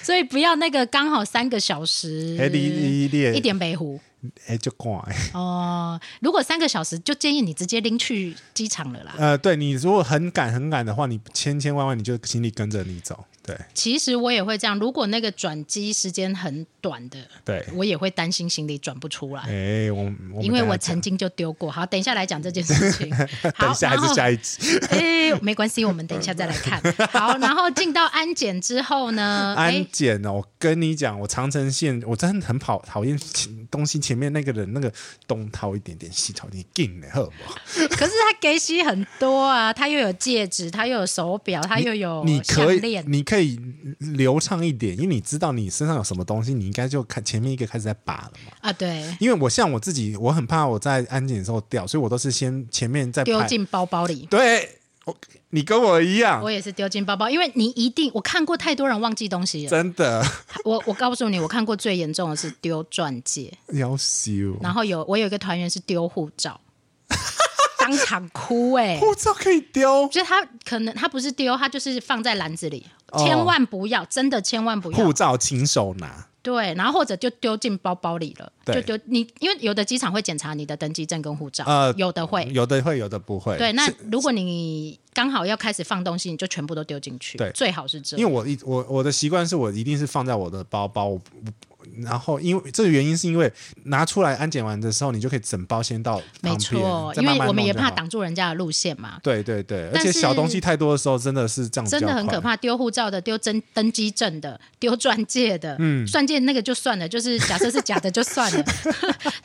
Speaker 1: 所以不要那个刚好三个小时，
Speaker 2: 哎，你你
Speaker 1: 嗯一
Speaker 2: 列
Speaker 1: 点北湖
Speaker 2: 哎就赶的。
Speaker 1: 哦。如果三个小时，就建议你直接拎去机场了啦。
Speaker 2: 呃，对你如果很赶很赶的话，你千千万万你就行李跟着你走，对
Speaker 1: 其实我也会这样，如果那个转机时间很短的，
Speaker 2: 对。
Speaker 1: 我也会担心行李转不出来。
Speaker 2: 哎，我们我们
Speaker 1: 因为
Speaker 2: 等一下
Speaker 1: 我
Speaker 2: 讲
Speaker 1: 曾经就丢过，好，等一下来讲这件事 情。好，
Speaker 2: 等一下还
Speaker 1: 然
Speaker 2: 是
Speaker 1: 后
Speaker 2: 下一集，
Speaker 1: 哎、没关系，我们等一下再来 看。好，然后进到安检之后呢，哎、
Speaker 2: 安检哦，我跟你讲，我长城线我真的很讨讨厌前东西前面那个人那个东掏一点点西掏一点劲的，好不好？
Speaker 1: 可是他给息很多啊，他又有戒指，他又有手表，他又有
Speaker 2: 你
Speaker 1: 哎项
Speaker 2: 可以
Speaker 1: 链。
Speaker 2: 你可以流畅一点，因为你知道你身上有什么东西，你应该就看前面一个开始在拔了嘛。
Speaker 1: 啊，对，
Speaker 2: 因为我像我自己，我很怕我在安检的时候掉，所以我都是先前面在
Speaker 1: 丢
Speaker 2: 排。
Speaker 1: 进包包里。
Speaker 2: 对，我你跟我一样，
Speaker 1: 我也是丢进包包，因为你一定我看过太多人忘记东西了。
Speaker 2: 真的
Speaker 1: 我我告诉你，我看过最严重的是丢钻戒，
Speaker 2: 要死哦！
Speaker 1: 然后有我有一个团员是丢护照， 当场哭哎、
Speaker 2: 护照可以丢，
Speaker 1: 就是他可能他不是丢，他就是放在篮子里，
Speaker 2: 哦
Speaker 1: 千万不要，真的千万不要
Speaker 2: 护。照请手拿。
Speaker 1: 对，然后或者就丢进包包里了，
Speaker 2: 对
Speaker 1: 就丢你，因为有的机场会检查你的登机证跟护照，
Speaker 2: 呃
Speaker 1: 有的会。
Speaker 2: 有的会，有的不会。
Speaker 1: 对，那如果你刚好要开始放东西，你就全部都丢进去，
Speaker 2: 对
Speaker 1: 最好是这
Speaker 2: 因为
Speaker 1: 样。
Speaker 2: 我一我我的习惯是我一定是放在我的包包，我我然后因为这个原因是因为拿出来安检完的时候，你就可以整包先到
Speaker 1: 没
Speaker 2: 旁边，
Speaker 1: 错，
Speaker 2: 再
Speaker 1: 因
Speaker 2: 慢慢
Speaker 1: 为我们
Speaker 2: 弄
Speaker 1: 也
Speaker 2: 就
Speaker 1: 怕
Speaker 2: 好。
Speaker 1: 挡住人家的路线嘛，
Speaker 2: 对对对，而
Speaker 1: 但
Speaker 2: 且小
Speaker 1: 是
Speaker 2: 东西太多的时候，真的是这样，
Speaker 1: 真的很可。怕。丢护照的，丢真登机证的，丢钻戒的，嗯，钻戒那个就算了，就是假设是假的就算 了。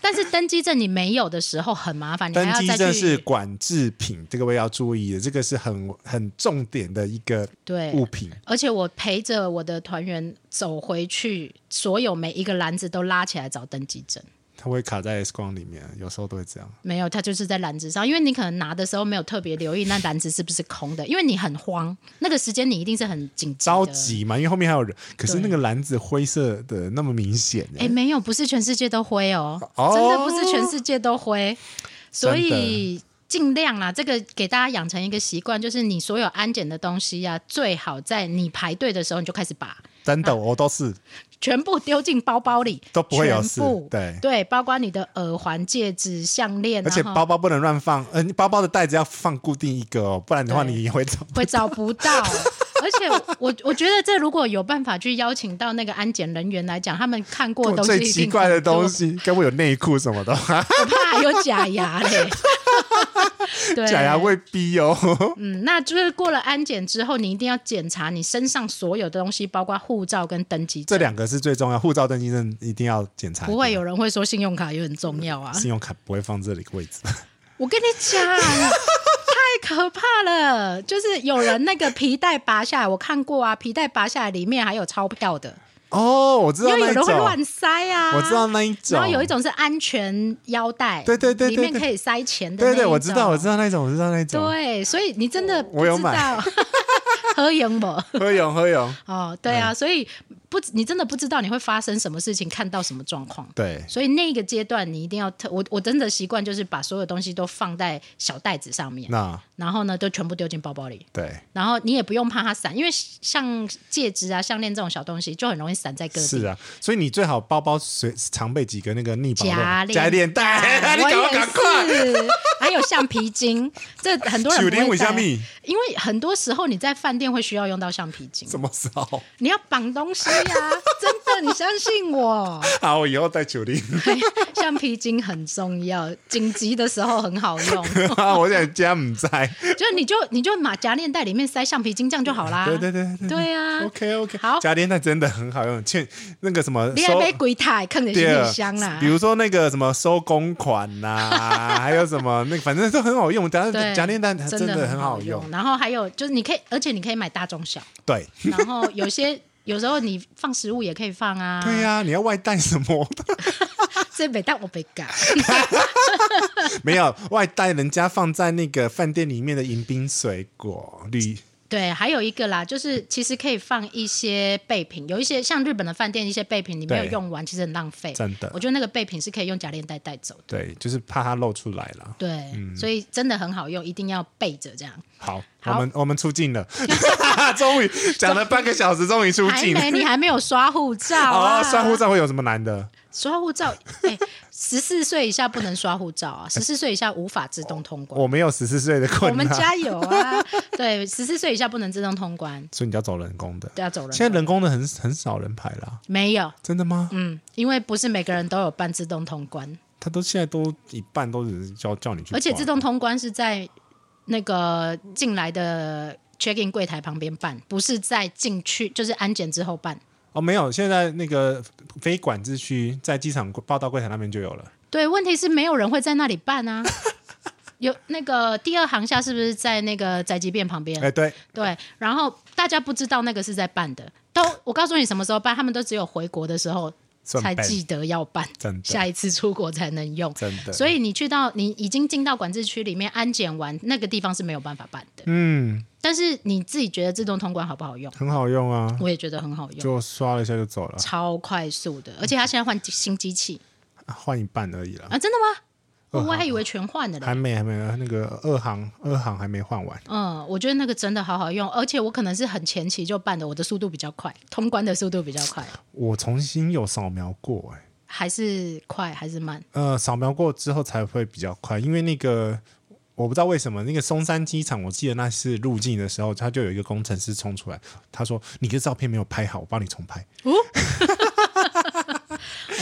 Speaker 1: 但是登机证你没有的时候很麻烦，你还
Speaker 2: 登
Speaker 1: 要
Speaker 2: 机
Speaker 1: 再
Speaker 2: 证
Speaker 1: 去
Speaker 2: 是管制品，这个我也要注意的，这个是很很重点的一个
Speaker 1: 对
Speaker 2: 物品。
Speaker 1: 而且我陪着我的团员走回去，所有每一个篮子都拉起来找登机证。
Speaker 2: 它会卡在 X 光里面，有时候都会这样。
Speaker 1: 没有，他就是在篮子上，因为你可能拿的时候没有特别留意那篮子是不是空的，因为你很慌，那个时间你一定是很紧急的
Speaker 2: 着。 急嘛，因为后面还有人。可是
Speaker 1: 对
Speaker 2: 那个篮子灰色的那么明显耶，
Speaker 1: 哎，没有，不是全世界都灰哦，
Speaker 2: 哦
Speaker 1: 真的不是全世界都灰，所以尽量啦，这个给大家养成一个习惯，就是你所有安检的东西呀、最好在你排队的时候你就开始把
Speaker 2: 真
Speaker 1: 啊
Speaker 2: 的我都是
Speaker 1: 全部丢进包包里，
Speaker 2: 都不会有事
Speaker 1: 全部。
Speaker 2: 对
Speaker 1: 对，包括你的耳环、戒指、项链，
Speaker 2: 而且
Speaker 1: 然后
Speaker 2: 包包不能乱放，呃，你包包的袋子要放固定一个哦，不然的话
Speaker 1: 对
Speaker 2: 你也会走。
Speaker 1: 会找不 到。而且我我觉得这如果有办法去邀请到那个安检人员来讲，他们看过的东西
Speaker 2: 最
Speaker 1: 一定
Speaker 2: 奇怪的
Speaker 1: 很多
Speaker 2: 东，西，该不会有内裤什么的 吧？
Speaker 1: 我怕有假牙嘞。 对，
Speaker 2: 假牙会逼哦。
Speaker 1: 嗯，那就是过了安检之后，你一定要检查你身上所有的东西，包括护照跟登机
Speaker 2: 这
Speaker 1: 证。
Speaker 2: 两个是最重要，护照、登记证一定要检查。
Speaker 1: 不会有人会说信用卡也很重要啊！
Speaker 2: 信用卡不会放这里个位置。
Speaker 1: 我跟你讲，太可怕了，就是有人那个皮带拔下来，我看过啊，皮带拔下来里面还有钞票的，
Speaker 2: 哦，我知
Speaker 1: 因
Speaker 2: 道
Speaker 1: 为
Speaker 2: 那
Speaker 1: 有
Speaker 2: 一
Speaker 1: 人
Speaker 2: 种
Speaker 1: 会，乱塞啊。
Speaker 2: 我知道。那一种，
Speaker 1: 然后有一种是安全腰带，
Speaker 2: 对对对对
Speaker 1: 里
Speaker 2: 对
Speaker 1: 面可以塞钱的那
Speaker 2: 对
Speaker 1: 一
Speaker 2: 对，
Speaker 1: 种
Speaker 2: 我知道，我知道那一种，我知道那一种。
Speaker 1: 对，所以你真的
Speaker 2: 我有买
Speaker 1: 不知道，合影不？
Speaker 2: 喝泳喝泳，
Speaker 1: 哦，对
Speaker 2: 嗯
Speaker 1: 啊，所以不，你真的不知道你会发生什么事情，看到什么状况。
Speaker 2: 对
Speaker 1: 所以那个阶段，你一定要特我我真的习惯就是把所有东西都放在小袋子上面，
Speaker 2: 那
Speaker 1: 然后呢，都全部丢进包包里，
Speaker 2: 对
Speaker 1: 然后你也不用怕它散，因为像戒指啊、项链这种小东西就很容易散在各
Speaker 2: 是
Speaker 1: 地。
Speaker 2: 啊，所以你最好包包随常备几个那个逆保
Speaker 1: 夹
Speaker 2: 的
Speaker 1: 链
Speaker 2: 夹链带， 哎你
Speaker 1: 我
Speaker 2: 赶快
Speaker 1: 也
Speaker 2: 赶快，
Speaker 1: 是，还有橡皮筋，这很多人
Speaker 2: 九
Speaker 1: 不
Speaker 2: 零
Speaker 1: 会
Speaker 2: 尾虾
Speaker 1: 带，
Speaker 2: 米
Speaker 1: 因为很多时候你在饭店会需要用到橡皮筋，
Speaker 2: 怎么少？
Speaker 1: 你要绑东西呀、 真的，你相信我，
Speaker 2: 好，我以后带九零，
Speaker 1: 橡皮筋很重要，紧急的时候很好用。
Speaker 2: 啊我想家唔在。
Speaker 1: 就是你就你就马夹链袋里面塞橡皮筋这样就好啦。
Speaker 2: 对对对
Speaker 1: 啊
Speaker 2: 对
Speaker 1: 对啊
Speaker 2: OK OK，
Speaker 1: 好
Speaker 2: 夹链带真的很好用，欠那个什么
Speaker 1: 你还
Speaker 2: 收
Speaker 1: 被鬼台坑的行
Speaker 2: 对啊
Speaker 1: 李箱啊啦
Speaker 2: 比。如说那个什么收公款呐、还有什么那个，反正都很好用。夹
Speaker 1: 对，
Speaker 2: 夹链带真
Speaker 1: 的
Speaker 2: 很
Speaker 1: 好
Speaker 2: 好用，。
Speaker 1: 然后还有就是你可以，而且你可以买大中 小，
Speaker 2: 对
Speaker 1: 然后有些。有时候你放食物也可以放啊，
Speaker 2: 对呀、你要外带什么？
Speaker 1: 这北大我北嘎，
Speaker 2: 没有外带，人家放在那个饭店里面的迎宾水果绿，
Speaker 1: 对，还有一个啦，就是其实可以放一些备品，有一些像日本的饭店一些备品你没有
Speaker 2: 对
Speaker 1: 用完，其实很浪费。
Speaker 2: 真的
Speaker 1: 我觉得那个备品是可以用假链带带走的。
Speaker 2: 对，就是怕它露出来了。
Speaker 1: 对，所以真的很好用，一定要备着这样。
Speaker 2: 好，
Speaker 1: 好
Speaker 2: 我们我们出镜了， 终于讲了半个小时，终于出
Speaker 1: 还
Speaker 2: 镜。
Speaker 1: 没，你还没有刷护照啊！
Speaker 2: 哦，刷护，照会有什么难的？
Speaker 1: 刷护照，哎、十四岁以下不能刷护照啊，十四岁以下无法自动通关。
Speaker 2: 我没有十四岁的
Speaker 1: 我
Speaker 2: 困
Speaker 1: 们
Speaker 2: 难，
Speaker 1: 加油 啊！对，十四岁以下不能自动通关，
Speaker 2: 所以你要走人工的。
Speaker 1: 都要走人。
Speaker 2: 现在人工的很很少人排啦，
Speaker 1: 没有，
Speaker 2: 真的吗？
Speaker 1: 嗯，因为不是每个人都有办自动通关，
Speaker 2: 他都现在都一半都只是叫叫你去挂，
Speaker 1: 而且自动通关是在那个进来的 check in 柜台旁边办，不是在进去就是安检之后办。
Speaker 2: 哦没有，现在那个非管制区在机场报到柜台那边就有了，
Speaker 1: 对，问题是没有人会在那里办 啊。有那个第二航厦是不是在那个宅急便旁边？
Speaker 2: 哎、对，
Speaker 1: 对，然后大家不知道那个是在办的，都我告诉你什么时候办，他们都只有回国的时候
Speaker 2: 顺
Speaker 1: 才
Speaker 2: 便
Speaker 1: 记得要办，
Speaker 2: 真的
Speaker 1: 下一次出国才能用。
Speaker 2: 真的，
Speaker 1: 所
Speaker 2: 以
Speaker 1: 以你去到你已经进到管制区里面安检完，那个地方是没有办法办的。
Speaker 2: 嗯，
Speaker 1: 但是你自己觉得自动通关好不好用？
Speaker 2: 很好用啊，
Speaker 1: 我也觉得很好用，
Speaker 2: 就刷了一下就走了，
Speaker 1: 超快速的，而且它现在换新机器
Speaker 2: 换一半而已啦，
Speaker 1: 啊，真的吗？
Speaker 2: 二
Speaker 1: 我
Speaker 2: 行
Speaker 1: 还以为全换的嘞
Speaker 2: 哦还。没还没那个二行二行还没换完，
Speaker 1: 嗯，我觉得那个真的好好用，而且我可能是很前期就办的，我的速度比较快，通关的速度比较快，
Speaker 2: 我重新有扫描过、哎，
Speaker 1: 还是快还是慢？
Speaker 2: 呃，扫描过之后才会比较快，因为那个。我不知道为什么那个松山机场，我记得那次入境的时候，他就有一个工程师冲出来，他说：“你的照片没有拍好，我帮你重拍。”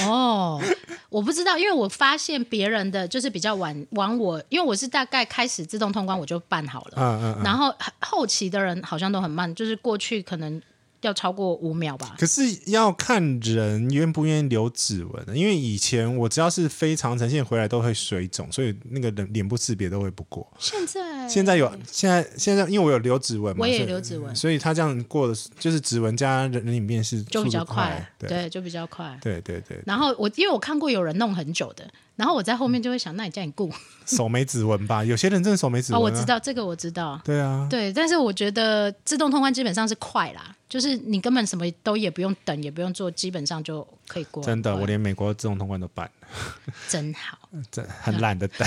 Speaker 1: 哦，我不知道，因为我发现别人的就是比较晚晚我，因为我是大概开始自动通关我就办好了，
Speaker 2: 嗯嗯嗯。
Speaker 1: 然后后期的人好像都很慢，就是过去可能要超过五秒吧。
Speaker 2: 可是要看人愿不愿意留指纹的，因为以前我只要是非常呈现回来都会水肿，所以那个人脸部识别都会不过。
Speaker 1: 现在
Speaker 2: 现在有现在现在，因为我有留指纹嘛，
Speaker 1: 我也
Speaker 2: 所以
Speaker 1: 留指纹
Speaker 2: 所以他这样过的是就是指纹加人人脸辨识
Speaker 1: 就比
Speaker 2: 速
Speaker 1: 较
Speaker 2: 度快，对
Speaker 1: 对，就比较快。
Speaker 2: 对对对，
Speaker 1: 然后我因为我看过有人弄很久的，然后我在后面就会想，那你叫你顾
Speaker 2: 手没指纹吧？有些人真的手没指
Speaker 1: 哦，
Speaker 2: 纹、啊，
Speaker 1: 我知，道这个，我知道。
Speaker 2: 对啊，
Speaker 1: 对，但是我觉得自动通关基本上是快啦，就是你根本什么都也不用等，也不用做，基本上就可以过。
Speaker 2: 真的，我连美国自动通关都办，
Speaker 1: 真好，
Speaker 2: 真很懒得 等，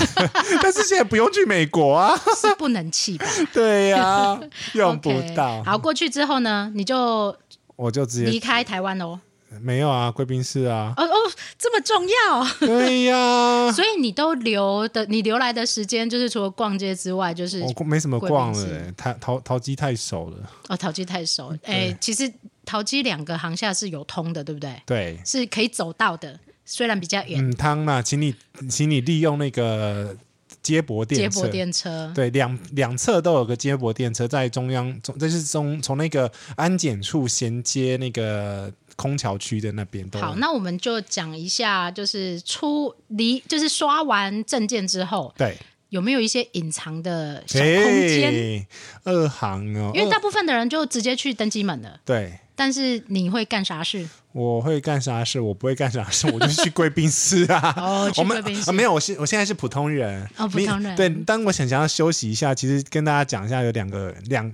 Speaker 2: 但是现在不用去美国啊，
Speaker 1: 是不能弃吧？
Speaker 2: 对呀、 用不
Speaker 1: OK，
Speaker 2: 到
Speaker 1: 好，过去之后呢，你就
Speaker 2: 我就直
Speaker 1: 离
Speaker 2: 接
Speaker 1: 开台湾喽。
Speaker 2: 没有啊，贵宾室 啊。
Speaker 1: 哦哦，这么重 要，
Speaker 2: 对呀、
Speaker 1: 所以你都留的，你留来的时间就是除了逛街之外，就是
Speaker 2: 我没什么逛了、
Speaker 1: 贵宾
Speaker 2: 欸，淘淘淘机太熟了。
Speaker 1: 哦，淘机太
Speaker 2: 嗯
Speaker 1: 熟。哎，其实淘机两个航厦是有通的，对不对？
Speaker 2: 对，
Speaker 1: 是可以走到的，虽然比较远。
Speaker 2: 嗯，汤啦，请你，请你利用那个接驳
Speaker 1: 接
Speaker 2: 电车。
Speaker 1: 驳电车，
Speaker 2: 对，两两侧都有个接驳电车，在中央中，这是中从那个安检处衔接那个空桥区的那边都有。
Speaker 1: 好，那我们就讲一下，就是出离，就是刷完证件之后，
Speaker 2: 对
Speaker 1: 有没有一些隐藏的小空间？
Speaker 2: 嘿，二行哦，
Speaker 1: 因为
Speaker 2: 二
Speaker 1: 大部分的人就直接去登机门了，
Speaker 2: 对。
Speaker 1: 但是你会干啥事？
Speaker 2: 我会干啥事？我不会干啥事，我就去贵宾室 啊。
Speaker 1: 哦去
Speaker 2: 我们
Speaker 1: 贵宾室
Speaker 2: 啊没有，我现我现在是普通人。
Speaker 1: 哦普通人
Speaker 2: 你对，当我想想要休息一下，其实跟大家讲一下，有两个两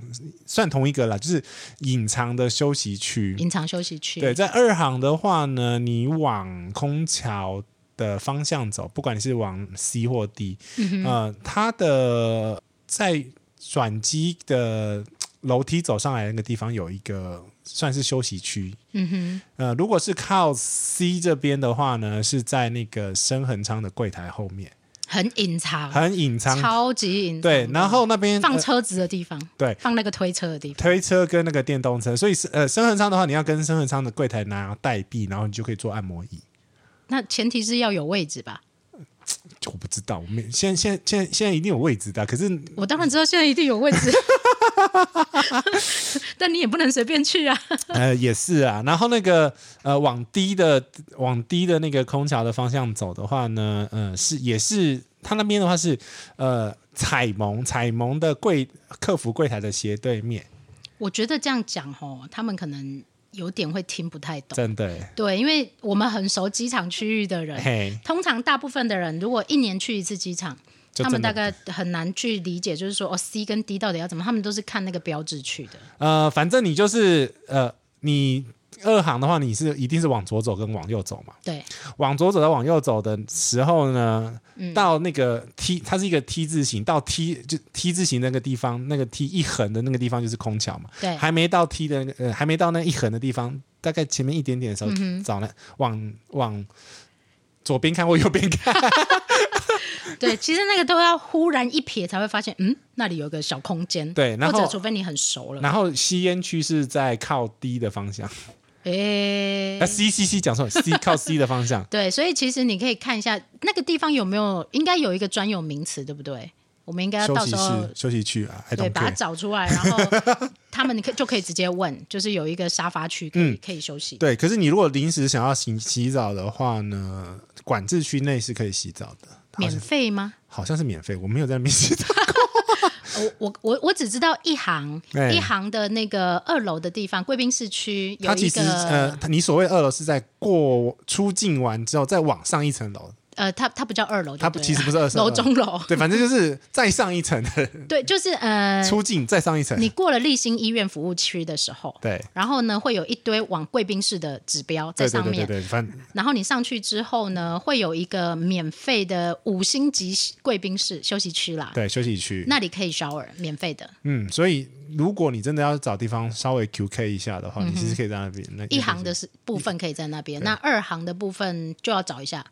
Speaker 2: 算同一个啦，就是隐藏的休息区。
Speaker 1: 隐藏休息区。
Speaker 2: 对，在二行的话呢，你往空桥的方向走，不管你是往 C 或 D，、呃，
Speaker 1: 嗯
Speaker 2: 它的在转机的楼梯走上来那个地方有一个算是休息区。
Speaker 1: 嗯哼，
Speaker 2: 呃，如果是靠 C 这边的话呢，是在那个深恒昌的柜台后面，
Speaker 1: 很隐藏，
Speaker 2: 很隐藏。
Speaker 1: 啊超级隐藏。
Speaker 2: 对，然后那边
Speaker 1: 放
Speaker 2: 呃
Speaker 1: 车子的地方，
Speaker 2: 对
Speaker 1: 放那个推车的地方。
Speaker 2: 推车跟那个电动车，所以是呃深恒昌的话，你要跟深恒昌的柜台拿代币，然后你就可以做按摩椅。
Speaker 1: 那前提是要有位置吧？
Speaker 2: 我不知道，我没现在现在现在现在一定有位置的啊，可是
Speaker 1: 我当然知道现在一定有位 置，但你也不能随便去啊。
Speaker 2: 呃也是啊。然后那个呃往低的往低的那个空桥的方向走的话呢，呃是也是它那边的话是呃彩萌彩萌的柜客服柜台的斜对面，
Speaker 1: 我觉得这样讲哦，他们可能有点会听不太懂。
Speaker 2: 真的欸
Speaker 1: 对，因为我们很熟机场区域的人，
Speaker 2: 嘿，
Speaker 1: 通常大部分的人如果一年去一次机场，
Speaker 2: 就
Speaker 1: 他们
Speaker 2: 真的
Speaker 1: 大概很难去理解，就是说哦，C 跟 D 到底要怎么？他们都是看那个标志去的。
Speaker 2: 呃反正你就是呃你。二行的话，你是一定是往左走跟往右走嘛？
Speaker 1: 对，
Speaker 2: 往左走到往右走的时候呢，
Speaker 1: 嗯
Speaker 2: 到那个 T，它是一个 T 字形，到 T 就 T 字形那个地方，那个 T 一横的那个地方就是空桥嘛。
Speaker 1: 对
Speaker 2: 还没到 T 的那个，呃，还没到那一横的地方，大概前面一点点的时候，
Speaker 1: 嗯
Speaker 2: 找那往往左边看或右 边看，
Speaker 1: 对，其实那个都要忽然一瞥才会发现，嗯，那里有个小空间。
Speaker 2: 对然
Speaker 1: 或
Speaker 2: 后
Speaker 1: 者除非你很熟了。
Speaker 2: 然后吸烟区是在靠 D 的方向，
Speaker 1: 诶、
Speaker 2: 啊 C C C 讲错了，C 靠 C 的方向。
Speaker 1: 对，所以其实你可以看一下那个地方有没有，应该有一个专有名词，对不 对？我们应该要
Speaker 2: 休
Speaker 1: 到
Speaker 2: 息
Speaker 1: 时候
Speaker 2: 室、休息区啊，I
Speaker 1: 对
Speaker 2: don't
Speaker 1: 把它
Speaker 2: care。
Speaker 1: 找出来，然后他们你可就可以直接问，就是有一个沙发区可以、可以休息。
Speaker 2: 嗯对，可是你如果临时想要洗洗澡的话呢，管制区内是可以洗澡的，好
Speaker 1: 免
Speaker 2: 像
Speaker 1: 费吗？
Speaker 2: 好像是免费，我没有在那 边洗澡。
Speaker 1: 呃我我我我只知道一行、
Speaker 2: 哎
Speaker 1: 一行的那个二楼的地方，贵宾室区有
Speaker 2: 它其
Speaker 1: 一
Speaker 2: 实
Speaker 1: 个
Speaker 2: 呃，它你所谓二楼是在过出境完之后再往上一层楼，
Speaker 1: 呃，它它不叫二楼就对
Speaker 2: 它
Speaker 1: 了，
Speaker 2: 不其实不是二层
Speaker 1: 楼中楼，
Speaker 2: 对，反正就是再上一层的
Speaker 1: 对，就是呃，
Speaker 2: 出境，再上一层。
Speaker 1: 你过了立新医院服务区的时候，
Speaker 2: 对
Speaker 1: 然后呢，会有一堆往贵宾室的指标在
Speaker 2: 对对
Speaker 1: 上
Speaker 2: 对对
Speaker 1: 面。
Speaker 2: 对，反正
Speaker 1: 然后你上去之后呢，会有一个免费的五星级贵宾室休息区啦，
Speaker 2: 对休息区。
Speaker 1: 那里可以 shower，免费的。
Speaker 2: 嗯，所以如果你真的要找地方稍微 QK 一下的话，你其实可以在那边那
Speaker 1: 嗯
Speaker 2: 个
Speaker 1: 一行的是部分可以在那边，那二行的部分就要找一下。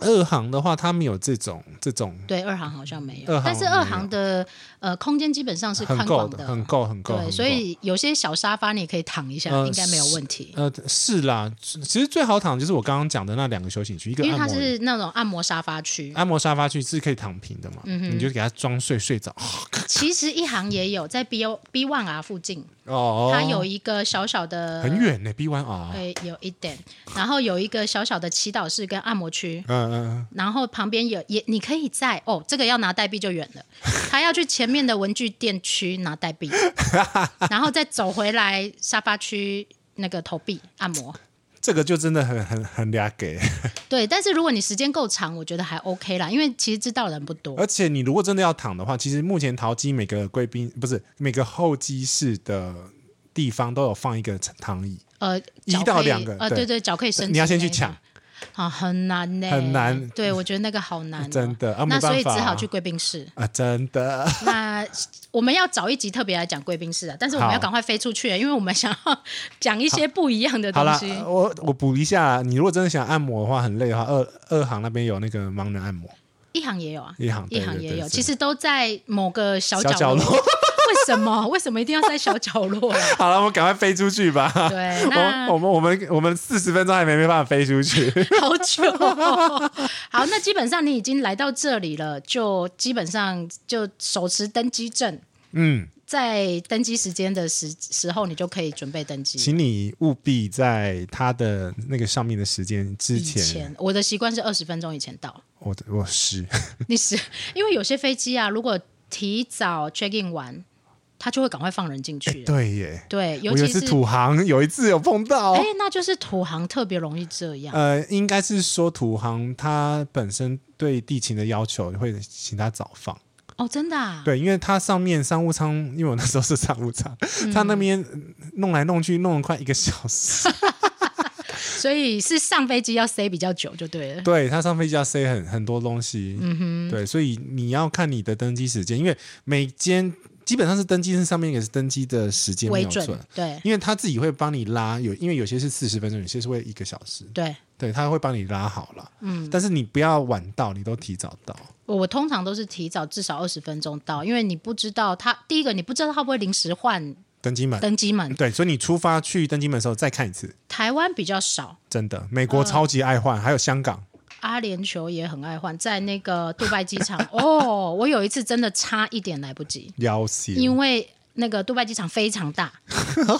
Speaker 2: 二行的话，他们有这种这种
Speaker 1: 对，二行好像没有，
Speaker 2: 二行
Speaker 1: 但是
Speaker 2: 没有
Speaker 1: 二行的呃空间基本上是
Speaker 2: 很
Speaker 1: 宽
Speaker 2: 够
Speaker 1: 广
Speaker 2: 的，很够很够。很
Speaker 1: 对，
Speaker 2: 够
Speaker 1: 所以有些小沙发你也可以躺一下，
Speaker 2: 呃
Speaker 1: 应该没有问题，
Speaker 2: 呃，是啦，其实最好躺就是我刚刚讲的那两个休息区，一个
Speaker 1: 因为它
Speaker 2: 按摩椅
Speaker 1: 是那种按摩沙发区。
Speaker 2: 按摩沙发区是可以躺平的嘛，
Speaker 1: 嗯
Speaker 2: 你就给它装睡睡着。
Speaker 1: 其实一行也有在 B O B One R 附近，
Speaker 2: 哦，
Speaker 1: 它有一个小小的
Speaker 2: 很远啊呢，B 哦1 R。
Speaker 1: 对，有一点。然后有一个小小的祈祷室跟按摩区，
Speaker 2: 嗯嗯
Speaker 1: 然后旁边有也你可以在哦，这个要拿代币就远 了，他要去前面的文具店区拿代币，然后再走回来沙发区那个投币按摩。
Speaker 2: 嗯，这个就真的很很很俩给，
Speaker 1: 对，但是如果你时间够长，我觉得还 OK 啦，因为其实知道的人不多。
Speaker 2: 而且你如果真的要躺的话，其实目前淘机每个贵宾不是每个候机室的地方都有放一个躺椅，
Speaker 1: 呃，
Speaker 2: 一
Speaker 1: 脚
Speaker 2: 到
Speaker 1: 可以
Speaker 2: 两个
Speaker 1: 呃，
Speaker 2: 对
Speaker 1: 对对，脚可以伸直那一种。
Speaker 2: 你要先去抢，
Speaker 1: 啊，很难呢、
Speaker 2: 很难
Speaker 1: 对，我觉得那个好难哦、
Speaker 2: 真的啊没
Speaker 1: 那所以只
Speaker 2: 办法啊
Speaker 1: 好去贵宾室。
Speaker 2: 啊，真的。
Speaker 1: 那我们要找一集特别来讲贵宾室啊，但是我们
Speaker 2: 好
Speaker 1: 要赶快飞出去，啊因为我们想要讲一些不一样的东
Speaker 2: 好啦，
Speaker 1: 西。
Speaker 2: 我我补一下，你如果真的想按摩的话，很累的话，二二行那边有那个盲人按摩，
Speaker 1: 一行也有啊，
Speaker 2: 一行对
Speaker 1: 一行
Speaker 2: 对
Speaker 1: 也
Speaker 2: 对
Speaker 1: 有，
Speaker 2: 对
Speaker 1: 其实都在某个小角
Speaker 2: 小角落
Speaker 1: 为什么？为什么一定要在小角落啊？
Speaker 2: 好了，我们赶快飞出去吧。
Speaker 1: 对那
Speaker 2: 我我们我们我们四十分钟还没没办法飞出去。
Speaker 1: 好久哦、好，那基本上你已经来到这里了，就基本上就手持登机证，
Speaker 2: 嗯，
Speaker 1: 在登机时间的时时候，你就可以准备登机。
Speaker 2: 请你务必在他的那个上面的时间之
Speaker 1: 以
Speaker 2: 前，
Speaker 1: 前我的习惯是二十分钟以前到。
Speaker 2: 我我是
Speaker 1: 你是因为有些飞机啊，如果提早 check in 完，他就会赶快放人进去了。
Speaker 2: 对耶，
Speaker 1: 对，尤
Speaker 2: 我有
Speaker 1: 其
Speaker 2: 一次
Speaker 1: 是
Speaker 2: 土航，有一次有碰到
Speaker 1: 哎、，那就是土航特别容易这样。
Speaker 2: 呃，应该是说土航它本身对地勤的要求会请他早放。
Speaker 1: 哦，真的、啊？
Speaker 2: 呃对，因为它上面商务舱，因为我那时候是商务舱，它那边呃弄来弄去，弄了快一个小时。
Speaker 1: 所以是上飞机要 stay 比较久就对了。
Speaker 2: 对，它上飞机要塞很很多东西。嗯哼，对，所以你要看你的登机时间，因为每间基本上是登机是上面也是登机的时间没
Speaker 1: 为
Speaker 2: 有
Speaker 1: 准
Speaker 2: 准。
Speaker 1: 对
Speaker 2: 因为他自己会帮你拉，有因为有些是四十分钟，有些是会一个小时，
Speaker 1: 对，
Speaker 2: 对，他会帮你拉好了。嗯，但是你不要晚到，你都提早到。
Speaker 1: 我我通常都是提早至少二十分钟到，因为你不知道他第一个你不知道他会不会临时换
Speaker 2: 登机门，
Speaker 1: 登机门，
Speaker 2: 对，所以你出发去登机门的时候再看一次，
Speaker 1: 台湾比较少。
Speaker 2: 真的，美国超级爱
Speaker 1: 嗯
Speaker 2: 换，还有香港。
Speaker 1: 阿联酋也很爱换，在那个杜拜机场 哦，我有一次真的差一点来不及，
Speaker 2: 要挟，
Speaker 1: 因为那个杜拜机场非常 大，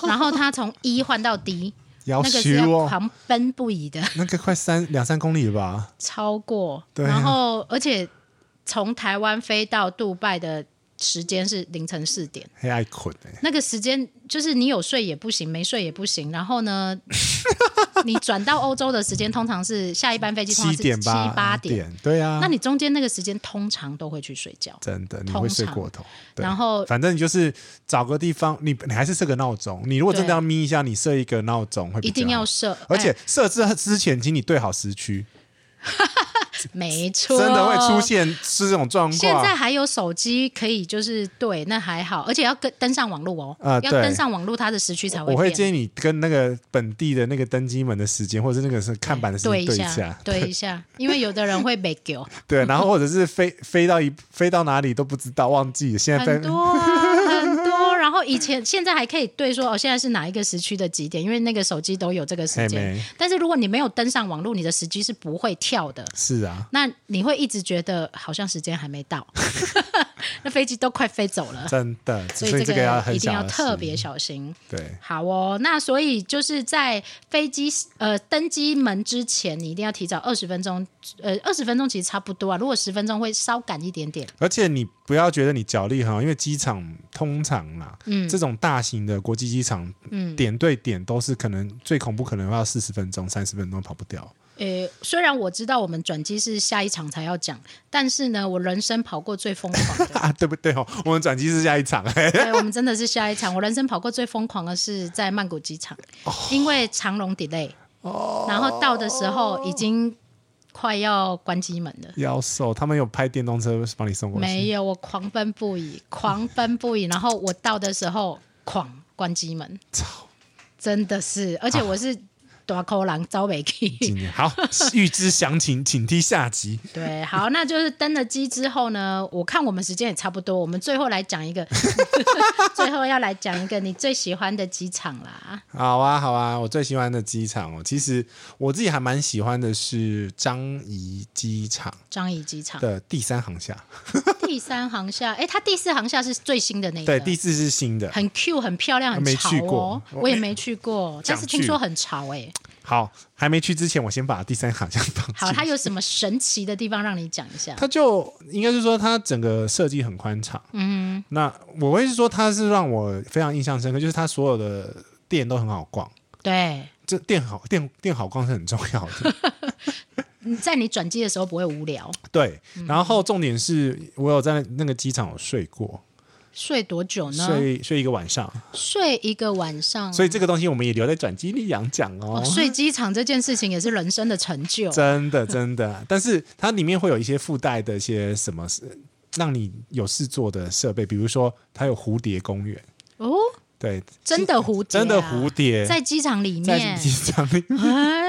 Speaker 1: 然后他从一换到 D，
Speaker 2: 要
Speaker 1: 那个是
Speaker 2: 挟
Speaker 1: 要
Speaker 2: 哦，
Speaker 1: 狂奔不已的，
Speaker 2: 那个快三两三公里吧，
Speaker 1: 超过，
Speaker 2: 对啊
Speaker 1: 然后而且从台湾飞到杜拜的时间是凌晨四点。
Speaker 2: 还爱困哎、
Speaker 1: 那个时间就是你有睡也不行，没睡也不行。然后 呢，你转到欧洲的时间通常是下一班飞机通常啊
Speaker 2: 七
Speaker 1: 是
Speaker 2: 点
Speaker 1: 七
Speaker 2: 吧，
Speaker 1: 八点，
Speaker 2: 点，对啊，
Speaker 1: 那你中间那个时间通常都会去睡觉。
Speaker 2: 真的你会睡过头。对
Speaker 1: 然后
Speaker 2: 反正你就是找个地方，你你还是设个闹钟。你如果真的
Speaker 1: 对
Speaker 2: 要眯一下，你设一个闹钟会比
Speaker 1: 一
Speaker 2: 较好
Speaker 1: 定要设，
Speaker 2: 而且
Speaker 1: 哎
Speaker 2: 设置之前，请你对好时区，
Speaker 1: 没错，
Speaker 2: 真的会出。现啊是这种状况。
Speaker 1: 啊现在还有手机可以，就是对，那还好，而且要跟登上网络哦，
Speaker 2: 啊
Speaker 1: 要
Speaker 2: 对
Speaker 1: 登上网络，它的时区才
Speaker 2: 我会
Speaker 1: 变。
Speaker 2: 建议你跟那个本地的那个登机门的时间，或者是那个是看板的时间
Speaker 1: 对
Speaker 2: 一
Speaker 1: 下
Speaker 2: 下，，
Speaker 1: 对一下，因为有的人会被 丢，
Speaker 2: 对，然后或者是飞飞到一飞到哪里都不知道，忘记了。现在
Speaker 1: 很
Speaker 2: 在
Speaker 1: 多啊，很多。然后以前现在还可以对说哦，现在是哪一个时区的几点，因为那个手机都有这个时
Speaker 2: 哎
Speaker 1: 间
Speaker 2: 没。
Speaker 1: 但是如果你没有登上网络，你的时机是不会跳的。
Speaker 2: 是啊，
Speaker 1: 那你会一直觉得好像时间还没 到，那飞机都快飞走了，
Speaker 2: 真的，所
Speaker 1: 所以
Speaker 2: 这个要很
Speaker 1: 一定要
Speaker 2: 小心
Speaker 1: 特别小心。
Speaker 2: 对。
Speaker 1: 好哦，那所以就是在飞机呃登机门之前，你一定要提早二十分钟，呃二十分钟其实差不多啊，如果十分钟会稍赶一点点。
Speaker 2: 而且你不要觉得你脚力很好，因为机场通常啦，嗯，这种大型的国际机场，嗯，点对点都是可能最恐怖，可能要四十分钟、三十分钟跑不掉。，
Speaker 1: 呃，虽然我知道我们转机是下一场才要讲，但是呢，我人生跑过最疯狂的
Speaker 2: 啊，对不对哦？我们转机是下一场， 嘿
Speaker 1: 对哎我们真的是下一场。我人生跑过最疯狂的是在曼谷机场，因为长龙 delay，、然后到的时候已经快要关机门了。
Speaker 2: 要瘦，他们有拍电动车帮你送过去，
Speaker 1: 没有，我狂奔不已，狂奔不已。然后我到的时候，狂关机门，
Speaker 2: 操，
Speaker 1: 真的是，而且我是大口狼招北 k
Speaker 2: 今年好， 预知详情，请听下集。
Speaker 1: 对，好，那就是登了机之后呢，我看我们时间也差不多，我们最后来讲一个， 最后要来讲一个你最喜欢的机场啦。
Speaker 2: 好啊，好啊，我最喜欢的机场哦，其实我自己还蛮喜欢的是张仪机场
Speaker 1: 张仪机场
Speaker 2: 的第三航厦，
Speaker 1: 第三航厦，哎，它第四航厦是最新的那一个，
Speaker 2: 对，第四是新的。
Speaker 1: 很 Q，很漂亮，很
Speaker 2: 没
Speaker 1: 潮
Speaker 2: 去
Speaker 1: 哦
Speaker 2: 过。
Speaker 1: 我也没去 过，但是
Speaker 2: 想
Speaker 1: 听
Speaker 2: 去
Speaker 1: 说很潮哎、
Speaker 2: 好，还没去之前，我先把第三航厦放进去。
Speaker 1: 好，它有什么神奇的地方让你讲一下？
Speaker 2: 它就应该是说它整个设计很宽敞。嗯，那我会是说它是让我非常印象深刻，就是它所有的店都很好逛。
Speaker 1: 对，
Speaker 2: 这店好店店好逛是很重要的，
Speaker 1: 你在你转机的时候不会无聊，
Speaker 2: 对。然后重点是我有在那个机场有睡过，
Speaker 1: 睡多久呢？睡
Speaker 2: 睡睡一个晚上，
Speaker 1: 嗯一个晚上。
Speaker 2: 所以这个东西我们也留在转机里养讲哦。
Speaker 1: 哦睡机场这件事情也是人生的成就，
Speaker 2: 真的真的，但是它里面会有一些附带的一些什么是让你有事做的设备，比如说它有蝴蝶公园，
Speaker 1: 哦，
Speaker 2: 对，
Speaker 1: 真的蝴蝶、啊，
Speaker 2: 真的蝴蝶
Speaker 1: 在机场里
Speaker 2: 在
Speaker 1: 面，
Speaker 2: 机场里
Speaker 1: 哎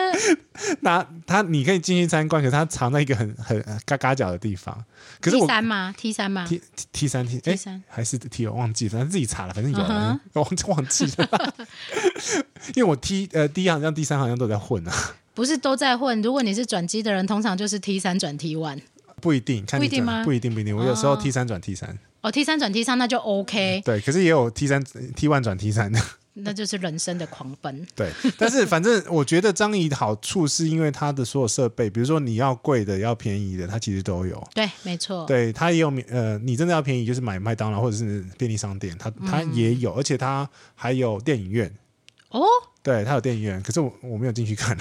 Speaker 2: 那它你可以进去参观，可是它藏在一个很很很嘎嘎角的地方。可是
Speaker 1: T
Speaker 2: 我
Speaker 1: 三吗？T 三吗？
Speaker 2: T T 三 T 哎
Speaker 1: T3
Speaker 2: 还是 T 我忘记了，反正自己查了，反正有
Speaker 1: 嗯
Speaker 2: 了我忘忘记了。 因为我 T 呃第一好像第三好像都在混啊，
Speaker 1: 不是都在混。如果你是转机的人，通常就是 T 三转 T one。
Speaker 2: 不一定看
Speaker 1: 不
Speaker 2: 你
Speaker 1: 一定
Speaker 2: 转
Speaker 1: 吗
Speaker 2: 不一定不一定，我有时候
Speaker 1: 哦
Speaker 2: T 三转 T 三，
Speaker 1: 哦，T 三转 T 三那就 OK，
Speaker 2: 对，可是也有 T 三 T one 转 T 三的，
Speaker 1: 那就是人生的狂奔。
Speaker 2: 对。但是反正我觉得张仪的好处是因为它的所有设备，比如说你要贵的要便宜的，它其实都有。
Speaker 1: 对，没错。
Speaker 2: 对，它也有免呃，你真的要便宜就是买麦当劳或者是便利商店，它
Speaker 1: 嗯
Speaker 2: 它也有，而且它还有电影院。
Speaker 1: 哦，
Speaker 2: 对，它有电影院，可是我我没有进去看。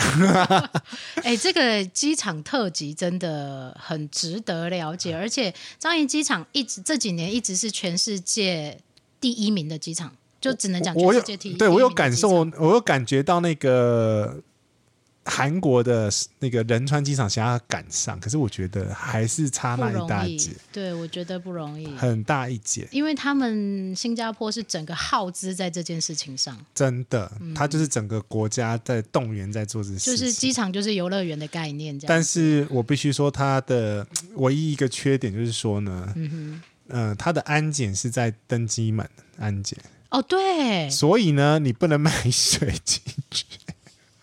Speaker 1: 哎，这个机场特辑真的很值得了解，而且樟宜机场一直这几年一直是全世界第一名的机场，就只能讲
Speaker 2: 我
Speaker 1: 全
Speaker 2: 有
Speaker 1: 世界第一。
Speaker 2: 对我有
Speaker 1: 第一名的
Speaker 2: 感
Speaker 1: 机
Speaker 2: 受，
Speaker 1: 场，
Speaker 2: 我有感觉到那个韩国的那个仁川机场想要赶上，可是我觉得还是差
Speaker 1: 不
Speaker 2: 那一大
Speaker 1: 容易
Speaker 2: 截，。
Speaker 1: 对我觉得不容易。
Speaker 2: 很大一截，
Speaker 1: 因为他们新加坡是整个耗资在这件事情上，
Speaker 2: 真的，它就是整个国家在动员在做这
Speaker 1: 嗯就
Speaker 2: 事
Speaker 1: 是
Speaker 2: 情。
Speaker 1: 机场就是游乐园的概念这样。
Speaker 2: 但是我必须说，它的呃唯一一个缺点就是说呢，嗯呃，它的安检是在登机门安检，
Speaker 1: 哦，对，
Speaker 2: 所以呢，你不能买水进去。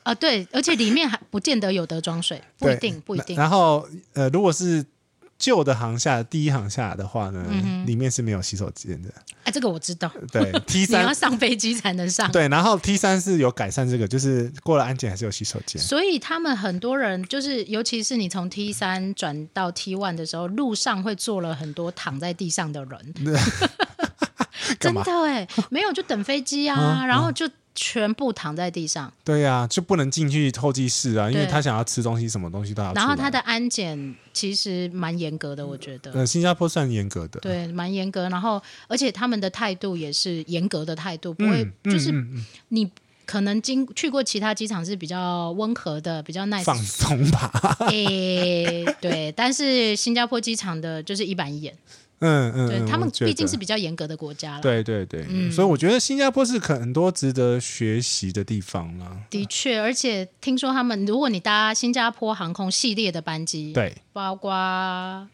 Speaker 1: 啊，对，而且里面还不见得有得装水， 不一
Speaker 2: 对
Speaker 1: 定，不一
Speaker 2: 那
Speaker 1: 定。
Speaker 2: 然后呃，如果是旧的航厦第一航厦的话呢，
Speaker 1: 嗯
Speaker 2: 里面是没有洗手间的。
Speaker 1: 哎，这个我知道，
Speaker 2: 对，T
Speaker 1: 你要
Speaker 2: 三
Speaker 1: 上飞机才能上。
Speaker 2: 对，然后 T 三是有改善这个，就是过了安检还是有洗手间。
Speaker 1: 所以他们很多人就是，尤其是你从 T 三转到 T one 的时候，路上会坐了很多躺在地上的 人，
Speaker 2: 干
Speaker 1: 真
Speaker 2: 嘛？
Speaker 1: 的哎，没有就等飞机 啊，然后就全部躺在地上。
Speaker 2: 对呀、就不能进去候机室啊，因为
Speaker 1: 对
Speaker 2: 他想要吃东西，什么东西都要出来。
Speaker 1: 然后他的安检其实蛮严格的，我觉得。
Speaker 2: 呃，新加坡算严格的，
Speaker 1: 对，蛮严格。然后，而且他们的态度也是严格的态度，不会、
Speaker 2: 嗯，
Speaker 1: 就是
Speaker 2: 嗯嗯
Speaker 1: 你可能经去过其他机场是比较温和的，比较
Speaker 2: 嗯
Speaker 1: nice
Speaker 2: 放松吧，
Speaker 1: 诶、对。但是新加坡机场的就是一板一眼，
Speaker 2: 嗯嗯，
Speaker 1: 对、
Speaker 2: 嗯
Speaker 1: 他们
Speaker 2: 我觉
Speaker 1: 毕竟
Speaker 2: 得
Speaker 1: 是嗯比较严格的国家了。
Speaker 2: 对对对，所以我觉得新加坡是可很多值得学习的地方啦。
Speaker 1: 的确，而且听说他们，如果你搭新加坡航空系列的班机，
Speaker 2: 对，
Speaker 1: 包括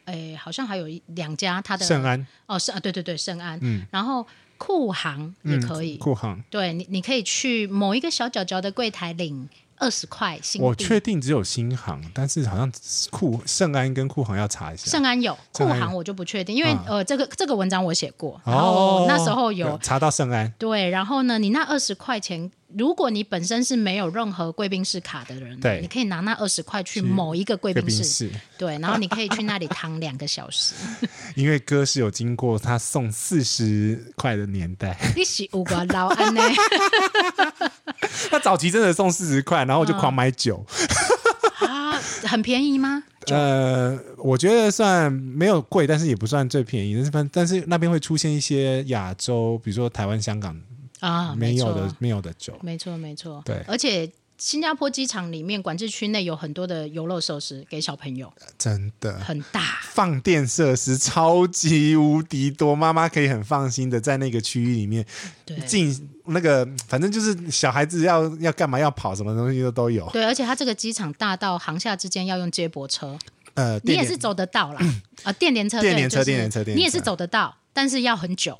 Speaker 1: 诶、好像还有一两家它的
Speaker 2: 圣安，
Speaker 1: 哦，是啊，对对对，圣安，然后库航也
Speaker 2: 嗯
Speaker 1: 可以，
Speaker 2: 酷航，
Speaker 1: 对你，你可以去某一个小角角的柜台领二十块新
Speaker 2: 我
Speaker 1: 币。
Speaker 2: 确定只有新航，但是好像库圣安跟库航要查一下。
Speaker 1: 圣安有，库
Speaker 2: 圣安有哦
Speaker 1: 航我就不确定，因为、
Speaker 2: 啊
Speaker 1: 呃，这个这个文章我写过，然后哦那时候有、
Speaker 2: 查到圣安，
Speaker 1: 对，然后呢，你那二十块钱，如果你本身是没有任何贵宾室卡的人，
Speaker 2: 对
Speaker 1: 你可以拿那二十块去某一个贵
Speaker 2: 贵
Speaker 1: 宾室，
Speaker 2: 宾室，
Speaker 1: 对，然后你可以去那里躺两个小时。
Speaker 2: 因为哥是有经过他送四十块的年代，
Speaker 1: 你是五个老安 呢？
Speaker 2: 他早期真的送四十块，然后我
Speaker 1: 嗯
Speaker 2: 就狂买酒。
Speaker 1: 啊，很便宜吗？
Speaker 2: 呃，我觉得算没有贵，但是也不算最便宜，但是反但是那边会出现一些亚洲，比如说台湾、香港
Speaker 1: 啊，
Speaker 2: 没有
Speaker 1: 错
Speaker 2: 的没有的酒。
Speaker 1: 没错，没错。
Speaker 2: 对
Speaker 1: 而且新加坡机场里面管制区内有很多的游乐设施给小朋友，
Speaker 2: 真的。
Speaker 1: 很大。
Speaker 2: 放电设施超级无敌多，妈妈可以很放心的在那个区域里面
Speaker 1: 对。
Speaker 2: 进那个，反正就是小孩子要要干嘛要跑什么东西都都有。
Speaker 1: 对，而且它这个机场大到航厦之间要用接驳车，
Speaker 2: 呃，
Speaker 1: 你
Speaker 2: 电
Speaker 1: 也
Speaker 2: 联
Speaker 1: 是走得到 啦。啊，电联车，
Speaker 2: 电联
Speaker 1: 对
Speaker 2: 车
Speaker 1: 就是
Speaker 2: 电联车电联车
Speaker 1: 你也是走得到，但是要很久，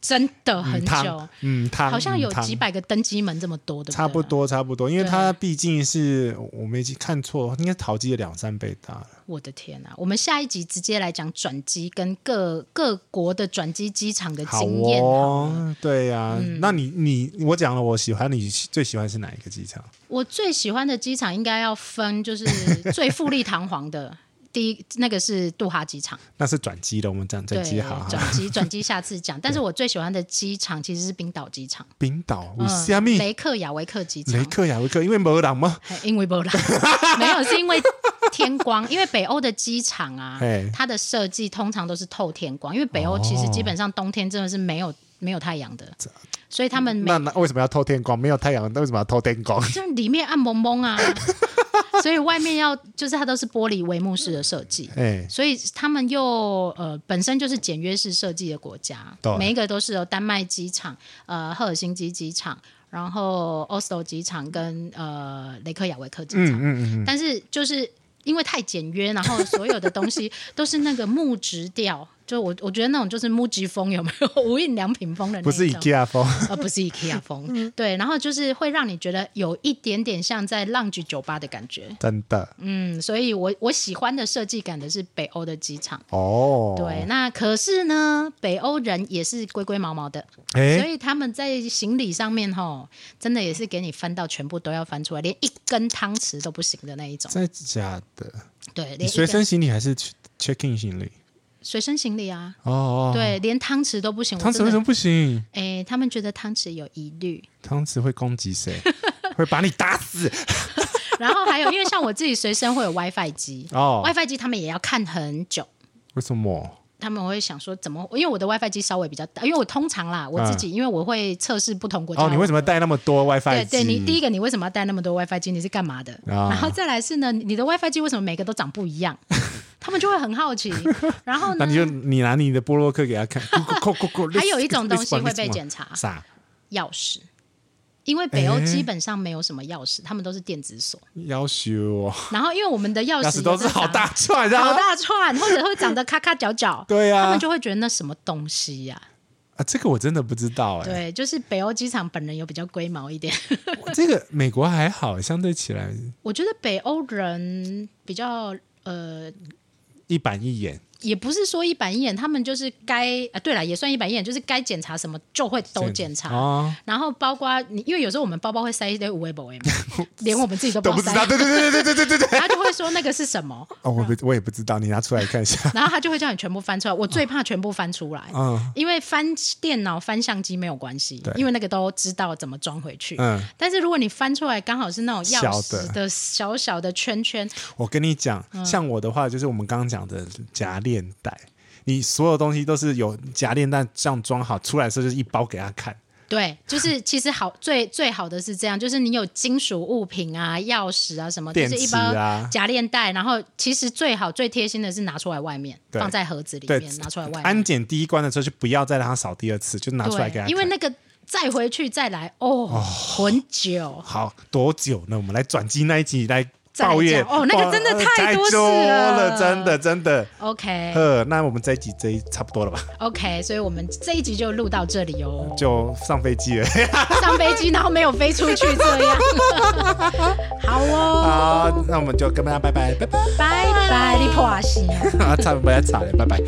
Speaker 1: 真的很
Speaker 2: 嗯
Speaker 1: 久
Speaker 2: 汤，，嗯汤
Speaker 1: 好像有
Speaker 2: 嗯汤
Speaker 1: 几百个登机门这么多，对不对？
Speaker 2: 差不。多差不多，因为
Speaker 1: 对
Speaker 2: 它毕竟是我没记看错，应该淘机的两三倍大了。
Speaker 1: 我的天啊！我们下一集直接来讲转机跟各各国的转机机场的
Speaker 2: 好
Speaker 1: 经验好了嗯
Speaker 2: 哦，对呀、那你你我讲了，我喜欢你最喜欢是哪一个机场？
Speaker 1: 我最喜欢的机场应该要分，就是 最富丽堂皇的。 第一，那个是杜哈机场，
Speaker 2: 那是转机的，我们讲转
Speaker 1: 对，
Speaker 2: 机好哈。
Speaker 1: 转机 转机下次讲。但是我最喜欢的机场其实是冰岛机场，
Speaker 2: 冰岛、
Speaker 1: 嗯
Speaker 2: 为虾米、
Speaker 1: 雷克雅维克机场
Speaker 2: 雷，克雅未克，因为没人嘛，
Speaker 1: 嘿因为波 兰没有，是因为天光，因为北欧的机场啊
Speaker 2: 嘿，
Speaker 1: 它的设计通常都是透天光，因为北欧其实基本上冬天真的是没有没有太阳的，所以他们每
Speaker 2: 那那为什么要偷天光？没有太阳，那为什么要偷天 光？
Speaker 1: 就里面暗蒙蒙 啊，所以外面要就是它都是玻璃帷幕式的设计。
Speaker 2: 哎，
Speaker 1: 所以他们又呃本身就是简约式设计的国家
Speaker 2: 对，
Speaker 1: 每一个都是有丹麦机场、呃赫尔辛基机场，然后 Oslo 机场跟呃雷克雅维克机场，
Speaker 2: 嗯嗯嗯，
Speaker 1: 但是就是因为太简约，然后所有的东西都是那个木质调，就我我觉得那种就是木吉风有没有 无印良品风的那
Speaker 2: 不
Speaker 1: 种，
Speaker 2: 是 IKEA 风，
Speaker 1: 呃，不是 IKEA 风，对，然后就是会让你觉得有一点点像在 lounge 酒吧的感觉，
Speaker 2: 真的
Speaker 1: 嗯，所以我我喜欢的设计感的是北欧的机场。
Speaker 2: 哦。
Speaker 1: 对，，那可是呢，北欧人也是龟龟毛毛的，所
Speaker 2: 哎，
Speaker 1: 以他们在行李上面吼，真的也是给你翻到全部都要翻出来，连一根汤匙都不行的那一种。
Speaker 2: 真的假的？
Speaker 1: 对，
Speaker 2: 你
Speaker 1: 连一
Speaker 2: 随
Speaker 1: 根
Speaker 2: 身行李还是 check in 行李？
Speaker 1: 随身行李啊，
Speaker 2: 哦哦，，
Speaker 1: 对，连汤匙都不行。
Speaker 2: 汤匙为什
Speaker 1: 么？
Speaker 2: 么不行？
Speaker 1: 哎，他们觉得汤匙有疑虑，
Speaker 2: 汤匙会攻击谁？ 会把你打死
Speaker 1: 然后还有，因为像我自己随身会有 WiFi 机、
Speaker 2: 哦
Speaker 1: w？i f i 机他们也要看很久。
Speaker 2: 为什么？
Speaker 1: 他们会想说怎么？因为我的 WiFi 机稍微比较大，因为我通常啦，我自己、因为我会测试不同国家的
Speaker 2: 嗯哦，
Speaker 1: 网络。
Speaker 2: 你为什么带那么多
Speaker 1: 对
Speaker 2: WiFi 机？
Speaker 1: 对，你第一
Speaker 2: 个
Speaker 1: 个你为什么要带那么多 WiFi 机？你是干嘛的？
Speaker 2: 啊
Speaker 1: 然后再来是呢，你的 WiFi 机为什么每个都长不一 样？他们就会很好奇。然后
Speaker 2: 那
Speaker 1: 呢
Speaker 2: 你，就你拿你的波洛克给 他看，咕咕咕咕咕
Speaker 1: 还有一种东西
Speaker 2: this one,
Speaker 1: 会被
Speaker 2: this one
Speaker 1: 检查
Speaker 2: 啥？
Speaker 1: 钥匙，因为北欧
Speaker 2: 哎
Speaker 1: 基本上没有什么钥匙，他们都是电子锁。
Speaker 2: 要求哦，
Speaker 1: 然后因为我们的钥
Speaker 2: 钥
Speaker 1: 匙
Speaker 2: 匙都是好大串的
Speaker 1: 有的长
Speaker 2: 啊，，
Speaker 1: 好大串，或者会长得咔咔角角
Speaker 2: 对啊
Speaker 1: 他们就会觉得那什么东西呀、
Speaker 2: 啊，这个我真的不知道哎、
Speaker 1: 对，就是北欧机场本人有比较龟毛一点。
Speaker 2: 这个美国还好，相对起来
Speaker 1: 我觉得北欧人比较呃，
Speaker 2: 一板一眼，
Speaker 1: 也不是说一板一眼，他们就是该啊，对了，也算一板一眼，就是该检查什么就会都检查。
Speaker 2: 哦，
Speaker 1: 然后包括你，因为有时候我们包包会塞一堆无微不微嘛， 连我们自己都不
Speaker 2: 都
Speaker 1: 知
Speaker 2: 不
Speaker 1: 道
Speaker 2: 知
Speaker 1: 塞
Speaker 2: 道，对对对对对对对对对。
Speaker 1: 他就会说那个是什么，
Speaker 2: 哦，我不我也不知道，你拿出来看一下。
Speaker 1: 然后他就会叫你全部翻出来。我最怕全部翻出来，
Speaker 2: 嗯
Speaker 1: 因为翻电脑、翻相机没有关系
Speaker 2: 对，
Speaker 1: 因为那个都知道怎么装回去。
Speaker 2: 嗯，
Speaker 1: 但是如果你翻出来刚好是那种钥
Speaker 2: 小的
Speaker 1: 匙的小小的圈圈，
Speaker 2: 我跟你讲，
Speaker 1: 嗯
Speaker 2: 像我的话，就是我们刚刚讲的夹链袋，你所有东西都是有夹链袋这样装好，出来的时候就是一包给他看。
Speaker 1: 对，就是其实好最最好的是这样，就是你有金属物品啊、钥匙啊什么，就
Speaker 2: 电
Speaker 1: 是一
Speaker 2: 池
Speaker 1: 包
Speaker 2: 啊
Speaker 1: 夹链袋，然后其实最好最贴心的是拿出来外面，
Speaker 2: 对
Speaker 1: 放在盒子里
Speaker 2: 对
Speaker 1: 面，拿出来外
Speaker 2: 安
Speaker 1: 面，
Speaker 2: 检第一关的时候就不要再让他扫第二次，就拿出来给他
Speaker 1: 对，
Speaker 2: 看。
Speaker 1: 因为那个再回去再来哦，很久。
Speaker 2: 好多久呢？我们来转机那一集来
Speaker 1: 再来
Speaker 2: 抱怨
Speaker 1: 讲哦那个
Speaker 2: 抱呃
Speaker 1: 真的太多
Speaker 2: 太
Speaker 1: 事
Speaker 2: 多
Speaker 1: 了哎
Speaker 2: 了，真的真的。
Speaker 1: OK
Speaker 2: 呃，那我们这一集这一差不多了吧？，
Speaker 1: OK，所以我们这一集就录到这里哦
Speaker 2: 就上飞机了。
Speaker 1: 上飞机然后没有飞出去这样， 好哦，
Speaker 2: 好，那我们就跟大家拜拜，拜拜，
Speaker 1: 拜拜，你破心。
Speaker 2: 啊，差不多要吵了，拜拜。